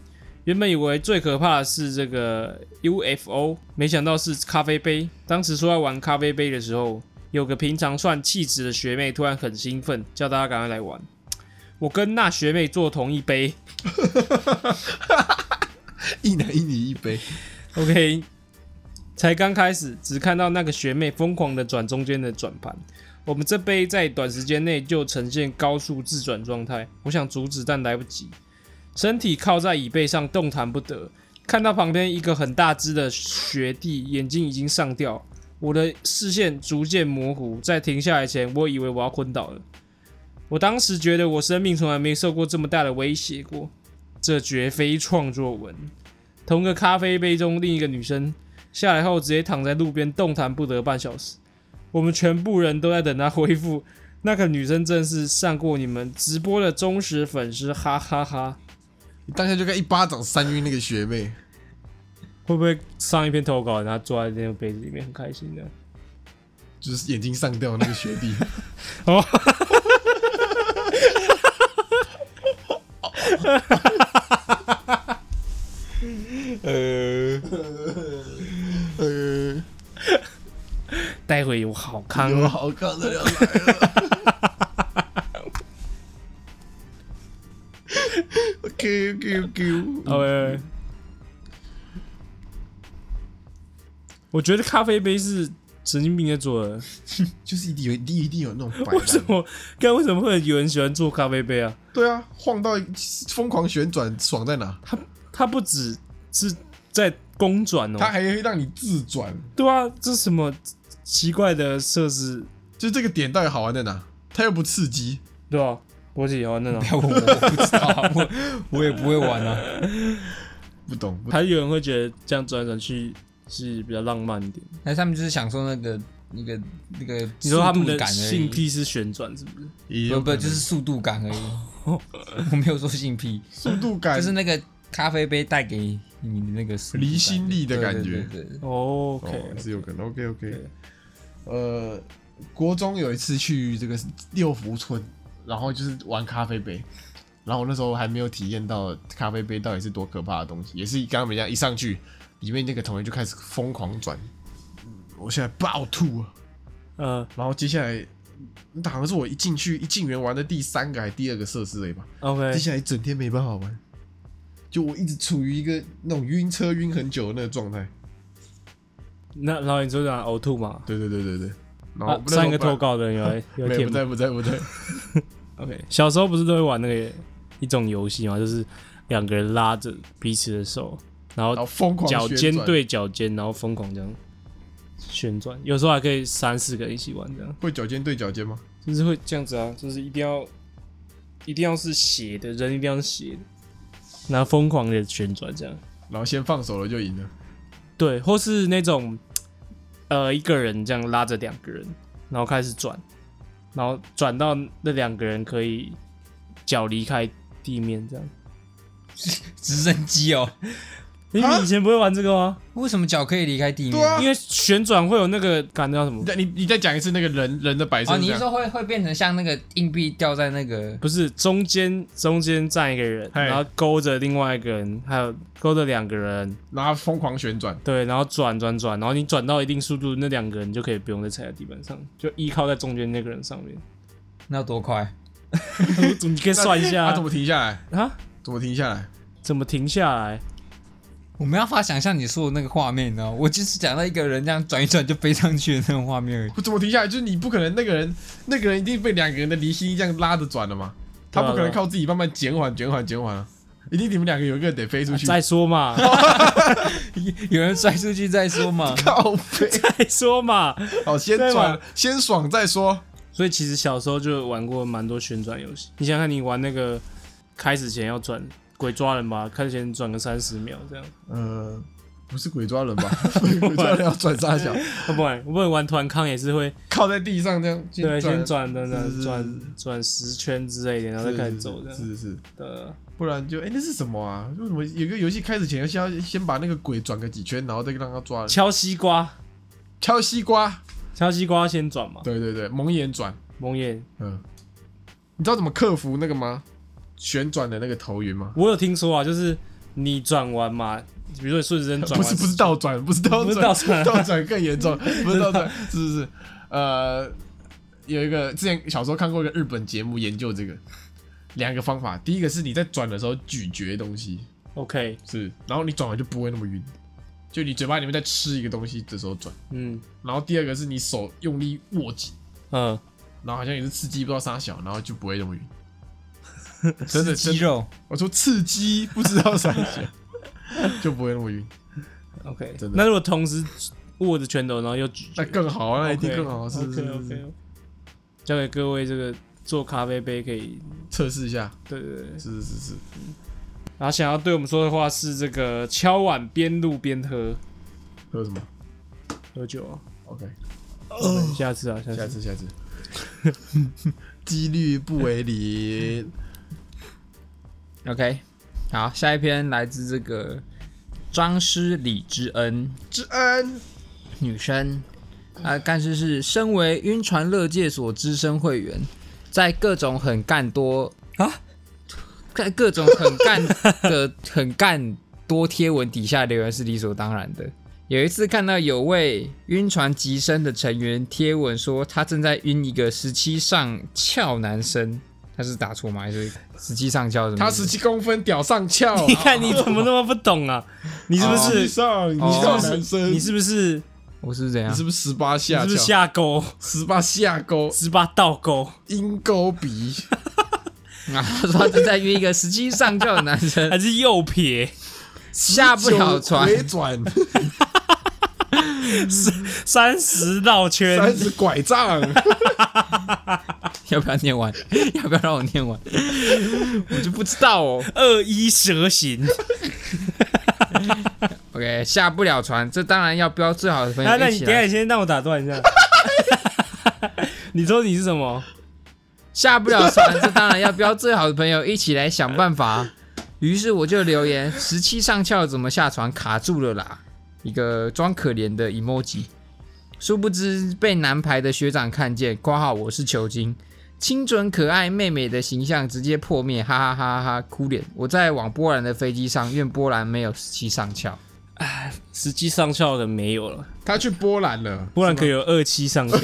Speaker 2: 原本以为最可怕的是这个 UFO，没想到是咖啡杯。当时说要玩咖啡杯的时候，有个平常算气质的学妹突然很兴奋，叫大家赶快来玩。我跟那学妹坐同一杯
Speaker 4: 一男一女一杯，
Speaker 2: ，OK。才刚开始，只看到那个学妹疯狂的转中间的转盘。我们这杯在短时间内就呈现高速自转状态，我想阻止，但来不及，身体靠在椅背上动弹不得。看到旁边一个很大只的学弟，眼睛已经上吊，我的视线逐渐模糊。在停下来前，我以为我要昏倒了。我当时觉得我生命从来没受过这么大的威胁过，这绝非创作文。同个咖啡杯中，另一个女生下来后直接躺在路边动弹不得半小时。我们全部人都在等她恢复。那个女生正是上过你们直播的忠实粉丝，哈哈哈！
Speaker 4: 你当下就该一巴掌扇晕那个学妹。
Speaker 2: 会不会上一篇投稿，然后坐在那个杯子里面很开心的？
Speaker 4: 就是眼睛上吊那个学 弟。
Speaker 2: 哦，
Speaker 4: 呃呃，
Speaker 2: 待会有好康
Speaker 4: 有啊
Speaker 2: 哦。
Speaker 4: 好看的了。OK OK OK，
Speaker 2: 呃，我觉得咖啡杯是神经病在做的。
Speaker 4: 就是一定有，一定一定有那种白
Speaker 2: 为什
Speaker 4: 烂。
Speaker 2: 么？该为什么会有人喜欢做咖啡杯啊？
Speaker 4: 对啊，晃到疯狂旋转，爽在哪？
Speaker 2: 它不只是在公转哦，
Speaker 4: 它还会让你自转，
Speaker 2: 对啊，这是什么奇怪的设施？
Speaker 4: 就这个点到底好玩在哪？它又不刺激，
Speaker 2: 对啊，我喜欢那种
Speaker 3: 不。要问我，我不知道，我我也不会玩啊。
Speaker 4: 不懂。不
Speaker 2: 还有人会觉得这样转来转去是比较浪漫一点。
Speaker 3: 那他们就是享受那个那个那个
Speaker 2: 你说他们
Speaker 3: 速度
Speaker 2: 的
Speaker 3: 感而已
Speaker 2: 性癖是旋转，是不是？
Speaker 4: 也有
Speaker 3: 不不
Speaker 4: 可能
Speaker 3: 就是速度感而已。我没有说性癖，
Speaker 4: 速度感，
Speaker 3: 就是那个咖啡杯带给你的那个速度感
Speaker 4: 离心力的感觉
Speaker 3: 对对对对
Speaker 2: 哦
Speaker 4: 哦
Speaker 2: OK，
Speaker 4: 是有可能。OK OK，呃，国中有一次去这个六福村，然后就是玩咖啡杯，然后我那时候还没有体验到咖啡杯到底是多可怕的东西，也是刚刚没讲，一上去里面那个同学就开始疯狂转，嗯我现在暴吐啊！
Speaker 2: 嗯
Speaker 4: 然后接下来好像是我一进去一进园玩的第三个还是第二个设施而已吧，接
Speaker 2: ，OK，
Speaker 4: 下来一整天没办法玩，就我一直处于一个那种晕车晕很久的那个状态。
Speaker 2: 那然后你就讲呕吐嘛？
Speaker 4: 对对对对对。然后哦
Speaker 2: 啊
Speaker 4: 我，们那时候
Speaker 2: 上一个
Speaker 4: 本来
Speaker 2: 投稿的人有来 有哦
Speaker 4: 没有
Speaker 2: 填
Speaker 4: 不
Speaker 2: 吗
Speaker 4: 在不在不在，
Speaker 2: ？OK，小时候不是都会玩那个一种游戏嘛，就是两个人拉着彼此的手，然后
Speaker 4: 然后疯狂
Speaker 2: 脚
Speaker 4: 旋
Speaker 2: 尖
Speaker 4: 转，
Speaker 2: 对脚尖，然后疯狂这样旋转，有时候还可以三四个人一起玩这样。
Speaker 4: 会脚尖对脚尖吗？
Speaker 2: 就是会这样子啊，就是一定要一定要是斜的，人一定要是斜的，然后疯狂的旋转这样。
Speaker 4: 然后先放手了就赢了，
Speaker 2: 对，或是那种呃一个人这样拉着两个人，然后开始转，然后转到那两个人可以脚离开地面这样。
Speaker 3: 直升机哦，
Speaker 2: 你
Speaker 4: 啊
Speaker 2: 们以前不会玩这个吗？
Speaker 3: 为什么脚可以离开地面？
Speaker 4: 对啊
Speaker 2: 因为旋转会有那个感叫什么
Speaker 4: 你？再你你再讲一次那个人人的摆设
Speaker 3: 哦，
Speaker 4: 是
Speaker 3: 你
Speaker 4: 这
Speaker 3: 是
Speaker 4: 样，
Speaker 3: 说会会变成像那个硬币掉在那个？
Speaker 2: 不是中间中间站一个人，
Speaker 4: 嗨
Speaker 2: 然后勾着另外一个人，还有勾着两个人，
Speaker 4: 然后疯狂旋转，
Speaker 2: 对，然后转转转，然后你转到一定速度，那两个人就可以不用再踩在地板上，就依靠在中间那个人上面。
Speaker 3: 那多快？
Speaker 2: 你可以算一下
Speaker 4: 他
Speaker 2: 啊
Speaker 4: 怎么停下来？
Speaker 2: 啊，
Speaker 4: 怎么停下来？
Speaker 2: 怎么停下来？
Speaker 3: 我没办法想象你说的那个画面，你知道吗？我就是讲到一个人这样转一转就飞上去的那种画面而已。
Speaker 4: 我怎么停下来？就是你不可能那个人，那个人一定被两个人的离心力这样拉着转的嘛，他
Speaker 2: 对
Speaker 4: 不
Speaker 2: 啊
Speaker 4: 可
Speaker 2: 对
Speaker 4: 能
Speaker 2: 啊
Speaker 4: 靠自己慢慢减缓、减缓、减缓啊，一定你们两个有一个得飞出去。
Speaker 2: 啊再说 嘛，
Speaker 3: 有人摔出去再说嘛。
Speaker 4: 靠飞，
Speaker 2: 再说嘛。
Speaker 4: 好，先
Speaker 2: 对嘛
Speaker 4: 转，先爽再说。
Speaker 2: 所以其实小时候就玩过蛮多旋转游戏。你想想看，你玩那个开始前要转鬼抓人吧，开始前转个三十秒这样。
Speaker 4: 呃， 不是鬼抓人吧？鬼抓人要转沙 小，
Speaker 2: 啊、不然不然玩团康也是会
Speaker 4: 靠在地上这样，
Speaker 2: 对，先
Speaker 4: 转
Speaker 2: 转等
Speaker 4: 是
Speaker 2: 等
Speaker 4: 是
Speaker 2: 转转十圈之类的，然后
Speaker 4: 是，
Speaker 2: 再开始走这样。
Speaker 4: 是是是，
Speaker 2: 的，
Speaker 4: 不然就哎、那是什么啊？为什么有个游戏开始前要先要先把那个鬼转个几圈，然后再让他抓人？
Speaker 2: 敲西瓜，
Speaker 4: 敲西瓜，
Speaker 2: 敲西瓜先转嘛。
Speaker 4: 对对对，蒙眼转。
Speaker 2: 蒙眼，
Speaker 4: 嗯，你知道怎么克服那个吗？旋转的那个头晕吗？
Speaker 2: 我有听说啊，就是你转完嘛，比如说你顺时针转
Speaker 4: 不
Speaker 2: 完，
Speaker 4: 是不是倒转，不是倒
Speaker 2: 不是
Speaker 4: 转
Speaker 2: 倒，转
Speaker 4: 倒转更严重，不是倒转，是是是，呃，有一个之前小时候看过一个日本节目研究这个两个方法，第一个是你在转的时候咀嚼东西，
Speaker 2: ，OK，
Speaker 4: 是，然后你转完就不会那么晕，就你嘴巴里面在吃一个东西的时候转，
Speaker 2: 嗯
Speaker 4: 然后第二个是你手用力握紧，
Speaker 2: 嗯，
Speaker 4: 然后好像也是刺激不知道啥小，然后就不会那么 晕，真的真
Speaker 3: 肌
Speaker 4: 的
Speaker 3: 肉，
Speaker 4: 我说刺激，不知道三下 就不会那么晕，
Speaker 2: OK，
Speaker 4: 真的
Speaker 2: 那如果同时握着拳头，然后又举
Speaker 4: 那更好啊，那一定更好啊，是
Speaker 2: OK
Speaker 4: 不是
Speaker 2: OK，,
Speaker 4: 是是
Speaker 2: o 交给各位这个做咖啡杯可以，
Speaker 4: 测试一下，
Speaker 2: 对对对。
Speaker 4: 是是是是，
Speaker 2: 然后想要对我们说的话是这个敲碗边录边喝
Speaker 4: 还有什么
Speaker 2: 喝酒啊，
Speaker 4: ？OK，哦
Speaker 2: 下次啊，下
Speaker 4: 下
Speaker 2: 次。
Speaker 4: 次下次， 几率不为 零。
Speaker 3: OK，好，下一篇来自这个张诗李之恩
Speaker 4: 之恩，
Speaker 3: 女生，啊，干事是身为晕船乐界所资深会员，在各种很干多啊，在各种很干的 很干多贴文底下留言是理所当然的。有一次看到有位晕船极深的成员贴文说，他正在晕一个十七上翘男生，他是打错吗？还是十七上翘什么意思？
Speaker 4: 他十七公分，屌上翘，
Speaker 2: 你看你怎么那么不懂啊？你是不
Speaker 4: 地
Speaker 2: 是？
Speaker 4: 上，你
Speaker 2: 你
Speaker 4: 是
Speaker 2: 是
Speaker 4: 不是
Speaker 2: 不是
Speaker 4: 男生？
Speaker 2: 你是不是？
Speaker 3: 我是怎样
Speaker 4: 你是？不是十八
Speaker 2: 你
Speaker 4: 下
Speaker 2: 是不是
Speaker 4: 翘？
Speaker 2: 下钩？
Speaker 4: 十八下勾，
Speaker 2: 十八倒钩？
Speaker 4: 鹰钩鼻，
Speaker 3: 啊，他说他正在约一个十七上翘的 男生
Speaker 2: 还，是右撇？
Speaker 3: 下不了船
Speaker 4: 19，回转，
Speaker 2: 三十绕圈？
Speaker 4: 三十拐杖，
Speaker 3: 要不要念完？ 要不要让我念完？ 我就不知道哦。
Speaker 2: 二一蛇形？
Speaker 3: OK，下不了船，这当然要标最好的朋
Speaker 2: 那啊那
Speaker 3: 友一
Speaker 2: 你
Speaker 3: 起
Speaker 2: 哎等一下
Speaker 3: 来。
Speaker 2: 你先让我打断一下。你说你是什么？
Speaker 3: 下不了船，这当然要标最好的朋友一起来想办法。于是我就留言：十七上翘怎么下船？卡住了啦！一个装可怜的 emoji。殊不知被男排的学长看见，括号我是球精，清纯可爱妹妹的形象直接破灭，哈哈哈哈哈，哭脸。我在往波兰的飞机上，愿波兰没有十七上翘。
Speaker 2: 实际上翘的没有了，
Speaker 4: 他去波兰了。
Speaker 2: 不然可以有二七上翘。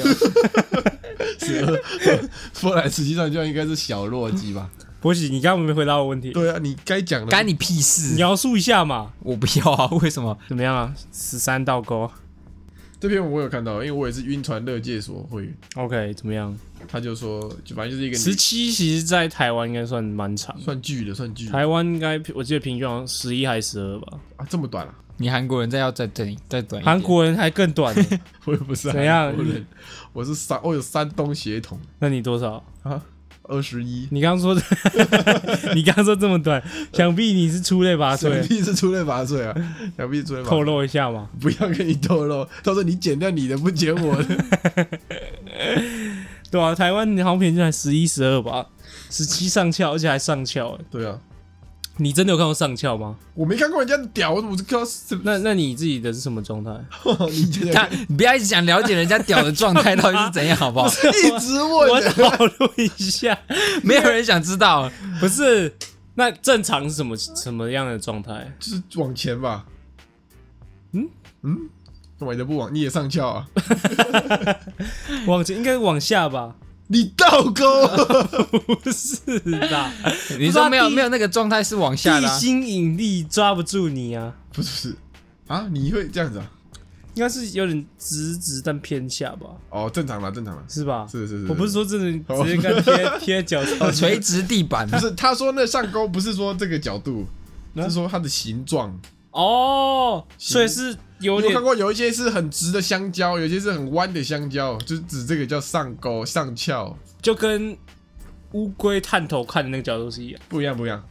Speaker 4: 波兰实际上就应该是小弱鸡吧？
Speaker 2: 博喜，你刚刚没回答我问题，
Speaker 4: 对啊，你该讲的
Speaker 3: 干你屁事！
Speaker 2: 描述一下嘛？
Speaker 3: 我不要啊！为什么？
Speaker 2: 怎么样啊？十三倒钩
Speaker 4: 这篇我有看到，因为我也是晕船乐界所会员，
Speaker 2: ，OK，怎么样？
Speaker 4: 他就说，就反正就是一个
Speaker 2: 十七其实，在台湾应该算蛮长的，
Speaker 4: 算剧的，算剧的
Speaker 2: 台湾应该我记得平均好像十一还是十二吧，
Speaker 4: 啊，这么短啊，
Speaker 3: 你韩国人再要再等一再等一点
Speaker 2: 韩国人还更 短呢。
Speaker 4: 我也不是
Speaker 2: 怎样
Speaker 4: 韩国人我是山，我有山东血统
Speaker 2: 那你多少？
Speaker 4: 啊，二十 一，
Speaker 2: 你刚刚说的，你刚刚说这么短，想必你是出类拔
Speaker 4: 想
Speaker 2: 萃，
Speaker 4: 必是出类拔萃啊， 想必是出类拔
Speaker 2: 透
Speaker 4: 萃，
Speaker 2: 露一下嘛。
Speaker 4: 不要跟你透露，到时候你剪掉你的，不剪我 的，
Speaker 2: 对啊，台湾好像平均才十一、十二吧，十七上翘，而且还上翘欸。
Speaker 4: 对啊，
Speaker 2: 你真的有看过上翘吗？
Speaker 4: 我没看过人家的屌，我怎么知道是？
Speaker 2: 那那你自己的是什么状态？
Speaker 4: 你这
Speaker 3: 他
Speaker 4: 样
Speaker 3: 你不要一直想了解人家屌的状态到底是怎样，好不好？
Speaker 4: 一直
Speaker 2: 我
Speaker 4: 问，
Speaker 2: 讨论一下，
Speaker 3: 没有人想知道。
Speaker 2: 不是。那正常是什么什么样的状态？
Speaker 4: 就是往前吧，
Speaker 2: 嗯
Speaker 4: 嗯，干嘛你都不往，你也上翘啊？
Speaker 2: 往前应该是往下吧？
Speaker 4: 你倒钩，
Speaker 2: 不是的，
Speaker 3: 你说
Speaker 2: 啊
Speaker 3: 没有没有那个状态是往下
Speaker 2: 地
Speaker 3: 的啊、
Speaker 2: 心引力抓不住你啊，
Speaker 4: 不是不是啊？你会这样子啊？
Speaker 2: 应该是有点直直但偏下吧，
Speaker 4: 哦，正常啦，正常啦。
Speaker 2: 是吧？
Speaker 4: 是是是哦
Speaker 2: 我不是说真的直接跟贴贴脚上
Speaker 3: 哦，垂直地板
Speaker 4: 不是，他说那上钩不是说这个角度，是说它的形状。
Speaker 2: 哦，所以是有
Speaker 4: 我
Speaker 2: 点
Speaker 4: 看过有一些是很直的香蕉，有一些是很弯的香蕉，就是指这个叫上钩、上翘，
Speaker 2: 就跟乌龟探头看的那个角度是一样。
Speaker 4: 不一样不一样。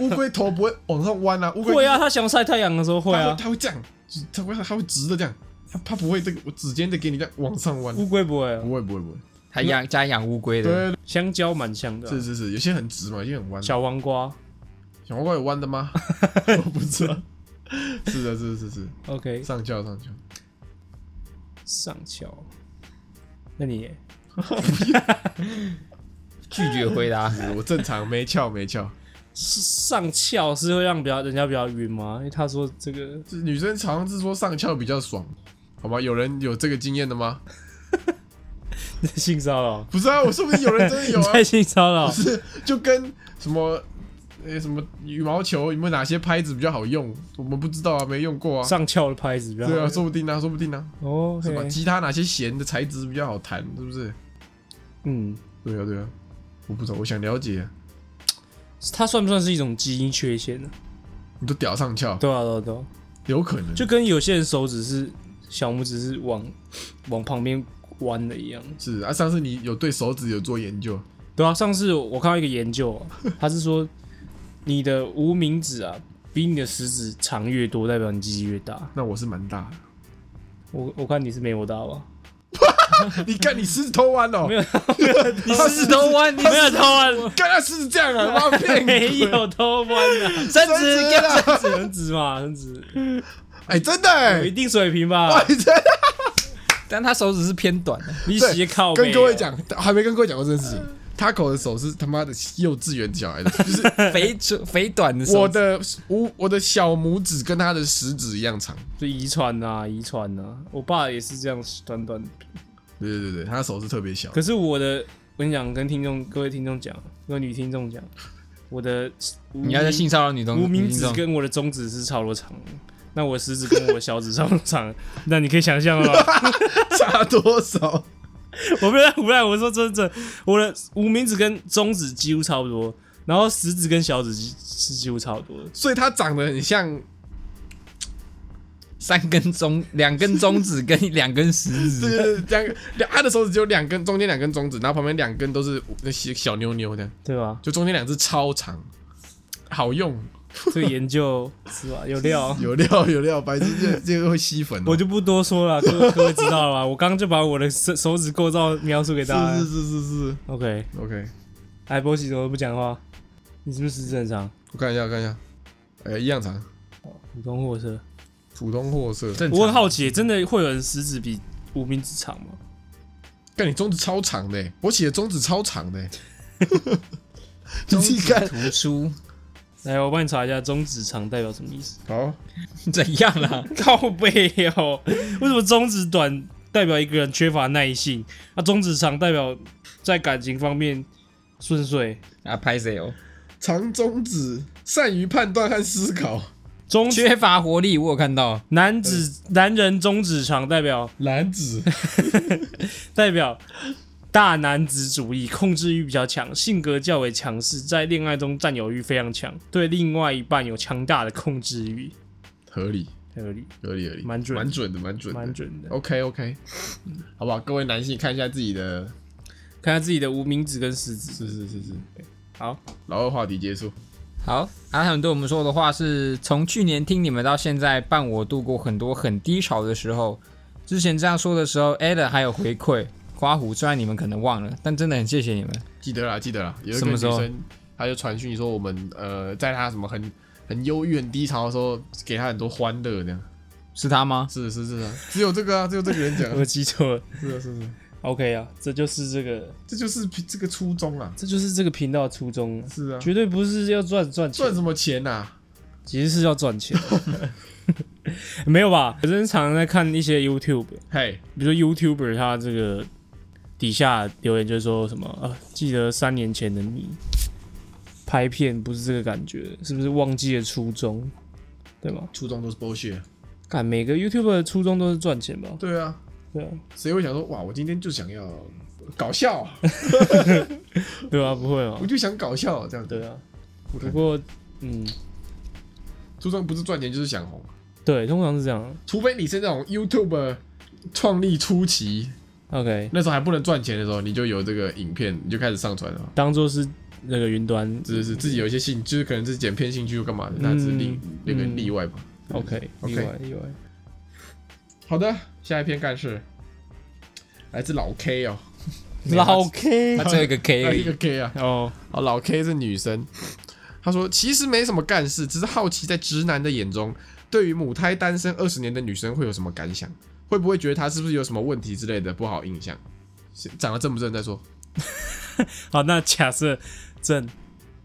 Speaker 4: 乌龟头不 会往上弯啊，乌龟
Speaker 2: 会啊，它想晒太阳的时候会
Speaker 4: 它
Speaker 2: 啊
Speaker 4: 会，它会这样，就是它会它会直的这样，它它不会这个我指尖的给你这样往上弯，
Speaker 2: 乌龟不会啊。
Speaker 4: 不会不会不会。
Speaker 3: 还养家养乌龟的，
Speaker 4: 对，
Speaker 2: 香蕉蛮像的啊、
Speaker 4: 是是是，有些很直嘛，有些很弯。小
Speaker 2: 小黄瓜。
Speaker 4: 黄瓜有弯的吗？ 我不知道。 是的，是是是
Speaker 2: OK，
Speaker 4: 是，上翘上翘。
Speaker 2: 上翘。那你耶
Speaker 3: 拒绝 回答。
Speaker 4: 是我正常没翘没翘，
Speaker 2: 是上翘是会让比较人家比较晕吗？因为他说这个
Speaker 4: 是女生常常是说上翘比较爽，好吗？有人有这个经验的吗？
Speaker 2: 性骚扰，
Speaker 4: 不是啊，我说不定有人真的有
Speaker 2: 你
Speaker 4: 啊
Speaker 2: 在，性骚扰
Speaker 4: 不是就跟什么呃、什么羽毛球有没有哪些拍子比较好用？我们不知道啊，没用过啊。
Speaker 2: 上翘的拍子比较
Speaker 4: 对啊，说不定啊，说不定啊，
Speaker 2: 哦，
Speaker 4: 什么
Speaker 2: OK
Speaker 4: 吉他哪些弦的材质比较好弹，是不是？
Speaker 2: 嗯，
Speaker 4: 对啊，对啊，我不知道，我想了解。啊
Speaker 2: 它算不算是一种基因缺陷呢、
Speaker 4: 你都屌上翘，
Speaker 2: 对啊，对啊，对啊，
Speaker 4: 有可能
Speaker 2: 就跟有些人手指是小拇指是往往旁边弯的一样。
Speaker 4: 是啊。上次你有对手指有做研究，
Speaker 2: 对啊，上次我看到一个研究、 啊，他是说你的无名指啊，比你的食指长越多，代表你鸡鸡越大。
Speaker 4: 那我是蛮大
Speaker 2: 我我看你是没啊我大吧？
Speaker 4: 的。你看你狮子偷弯哦，
Speaker 2: 没有，
Speaker 3: 你是头 弯，你
Speaker 2: 没有偷弯，
Speaker 4: 干他狮子这样啊，妈骗
Speaker 2: 没
Speaker 4: 鬼！
Speaker 2: 有偷弯的，
Speaker 3: 伸
Speaker 4: 真
Speaker 3: 直
Speaker 4: 直
Speaker 3: 给我，
Speaker 4: 啦，
Speaker 2: 只能指嘛，能指，
Speaker 4: 哎，真的哎
Speaker 2: 有一，定水平
Speaker 4: 哇
Speaker 2: 吧？
Speaker 4: 你真的。
Speaker 3: 但他手指是偏短 的，
Speaker 2: 你
Speaker 4: 对
Speaker 2: 斜靠背啊
Speaker 4: 跟各位，讲，还没跟各位讲过这件事情。他口的手是他妈的幼稚园小孩的，就是
Speaker 3: 肥粗肥短的手指。
Speaker 4: 我的无我的小拇指跟他的食指一样长。
Speaker 2: 就遗传呐，遗传呐，我爸也是这样短短的。
Speaker 4: 对对对对，他的手是特别小。
Speaker 2: 可是我的，我跟你讲，跟听众各位听众讲，跟女听众讲，我的无
Speaker 3: 你要在
Speaker 2: 名
Speaker 3: 性骚扰女同
Speaker 2: 无名指
Speaker 3: 女听众
Speaker 2: 跟我的中指是差不多长的，那我食指跟我的小指差不多长， 那你可以想象了 吧？
Speaker 4: 差多少？
Speaker 2: 我没有在胡乱，我说真的，我的无名指跟中指几乎差不多，然后食指跟小指是几乎差不多的。
Speaker 4: 所以他长得很像，
Speaker 3: 三根中两根中指 跟两根食
Speaker 4: 对
Speaker 3: 指，
Speaker 4: 对对，两两他的手指只有两根，中间两根中指，然后旁边两根都是那些小妞妞这样，
Speaker 2: 对吧？
Speaker 4: 就中间两只超长，好用，
Speaker 2: 这个研究是吧？有料，
Speaker 4: 有料有料，白痴这这个会吸粉、哦。
Speaker 2: 我就不多说了，各位各位知道了吧？ 我刚刚就把我的手手指构造描述给大家。
Speaker 4: 是是是是是
Speaker 2: OK，
Speaker 4: 啊，OK，
Speaker 2: 哎，波奇怎么不讲话？你是不是食指很长？
Speaker 4: 我看一下我看一下，哎、一样长，
Speaker 2: 普通货色。
Speaker 4: 普通货色。
Speaker 3: 正常
Speaker 2: 我很好奇，真的会有人食指比无名指长吗？
Speaker 4: 但你中指超长的欸，我写的中指超长 的欸，你自己看。
Speaker 3: 突出
Speaker 2: 来，我帮你查一下中指长代表什么意 思。
Speaker 4: 好，
Speaker 3: 怎样啦？
Speaker 2: 靠背哦，为什么中指短代表一个人缺乏耐性？那、中指长代表在感情方面顺遂，
Speaker 3: 啊，拍谁哦？
Speaker 4: 长中指善于判断和思考，
Speaker 2: 中指
Speaker 3: 缺乏活力，我有看到
Speaker 2: 男子男人中指长代表
Speaker 4: 男指
Speaker 2: 代表大男子主义，控制欲比较强，性格较为强势，在恋爱中占有欲非常强，对另外一半有强大的控制欲。
Speaker 4: 合理，
Speaker 2: 合理，
Speaker 4: 合理，合理，
Speaker 2: 蛮准
Speaker 4: 蛮准的，蛮准的，哦
Speaker 2: 蛮准的。
Speaker 4: OK OK，好不好？各位男性看一下自己的，
Speaker 2: 看下自己的无名指跟食指。
Speaker 4: 是是是是，
Speaker 2: 好，
Speaker 4: 老二话题结束。
Speaker 3: 好，阿汉对我们说的话是：从去年听你们到现在，伴我度过很多很低潮的时候。之前这样说的时候 a d 还有回馈花虎，虽然你们可能忘了，但真的很谢谢你们。
Speaker 4: 记得啦，记得啦，有一
Speaker 3: 什
Speaker 4: 个女
Speaker 3: 么时候
Speaker 4: 生，她就传讯说我们呃，在她什么很很忧郁、很低潮的时候，给她很多欢乐，这样
Speaker 3: 是他吗？
Speaker 4: 是是是啊，只有这个啊， 只有这个人讲啊，
Speaker 2: 我记错了。
Speaker 4: 是啊是啊是啊，
Speaker 2: OK 啊，这就是这个，
Speaker 4: 这就是这个初衷啊，
Speaker 2: 这就是这个频道的初衷啊。
Speaker 4: 是啊，
Speaker 2: 绝对不是要赚赚钱
Speaker 4: 赚，什么钱呐、啊？
Speaker 2: 其实是要赚钱。 没有吧？我真的常常在看一些 YouTube，
Speaker 4: 嘿，
Speaker 2: 比如说 YouTuber 他这个底下留言就是说什么啊，记得三年前的你拍片不是这个感觉，是不是忘记了初衷？对吗？
Speaker 4: 初衷都是 bullshit。
Speaker 2: 看每个 YouTube 的初衷都是赚钱吧？
Speaker 4: 对啊，
Speaker 2: 对啊，
Speaker 4: 谁会想说哇，我今天就想要搞笑，啊
Speaker 2: 对啊，不会吗
Speaker 4: 我？就想搞笑这样子。
Speaker 2: 对啊，不过嗯，
Speaker 4: 初衷不是赚钱就是想红，啊
Speaker 2: 对，通常是这样。
Speaker 4: 除非你是那种 YouTube 创立初期，
Speaker 2: OK，
Speaker 4: 那时候还不能赚钱的时候，你就有这个影片，你就开始上传了。
Speaker 2: 当做是那个云端
Speaker 4: 只是自己有一些兴，就是可能是剪片兴趣或干嘛的，那只是另那个例外吧。
Speaker 2: OK，
Speaker 4: OK
Speaker 2: 意外意外。
Speaker 4: 好的，下一篇干事，来自老 K 哦，
Speaker 2: 老 K
Speaker 3: 他只有一个 K
Speaker 4: 啊
Speaker 3: 而
Speaker 4: 一
Speaker 3: 已
Speaker 4: 个 K 啊，
Speaker 2: 哦，
Speaker 4: 啊，老 K 是女生，她说其实没什么干事，只是好奇在直男的眼中，对于母胎单身二十年的女生会有什么感想？会不会觉得她是不是有什么问题之类的不好印象？是长得正不正再说，
Speaker 2: 好，那假设正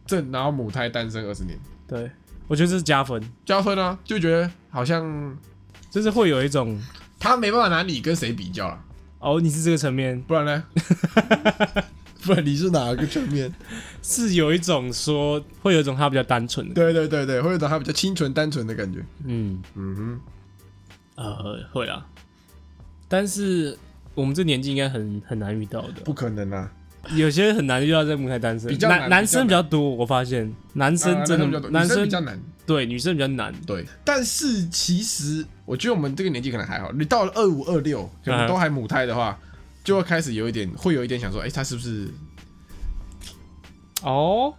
Speaker 4: 正然后母胎单身二十年
Speaker 2: 对，我觉得这是加分，
Speaker 4: 加分啊，就觉得好像
Speaker 2: 就是会有一种
Speaker 4: 她没办法拿你跟谁比较啊了，
Speaker 2: 哦，你是这个层面，
Speaker 4: 不然呢？ 不然你是哪个层面？
Speaker 2: 是有一种说会有一种他比较单纯的，
Speaker 4: 对对对对，会有种她比较清纯单纯的感觉。
Speaker 2: 嗯，
Speaker 4: 嗯哼，
Speaker 2: 呃，会啊，但是我们这年纪应该很很难遇到的
Speaker 4: 不，可能啊！
Speaker 2: 有些很难遇到在母胎单身，
Speaker 4: 比较难
Speaker 2: 男男生
Speaker 4: 比
Speaker 2: 比
Speaker 4: 较
Speaker 2: 较多，我发现男生
Speaker 4: 啊
Speaker 2: 真
Speaker 4: 比较
Speaker 2: 的
Speaker 4: 多
Speaker 2: 男
Speaker 4: 女生
Speaker 2: 生
Speaker 4: 比较难，
Speaker 2: 对女生比较难，
Speaker 4: 对，但是其实我觉得我们这个年纪可能还好，你到了二五二六，可能
Speaker 2: 嗯
Speaker 4: 都还母胎的话，就会开始有一点，会有一点想说，哎、他是不是
Speaker 2: 哦，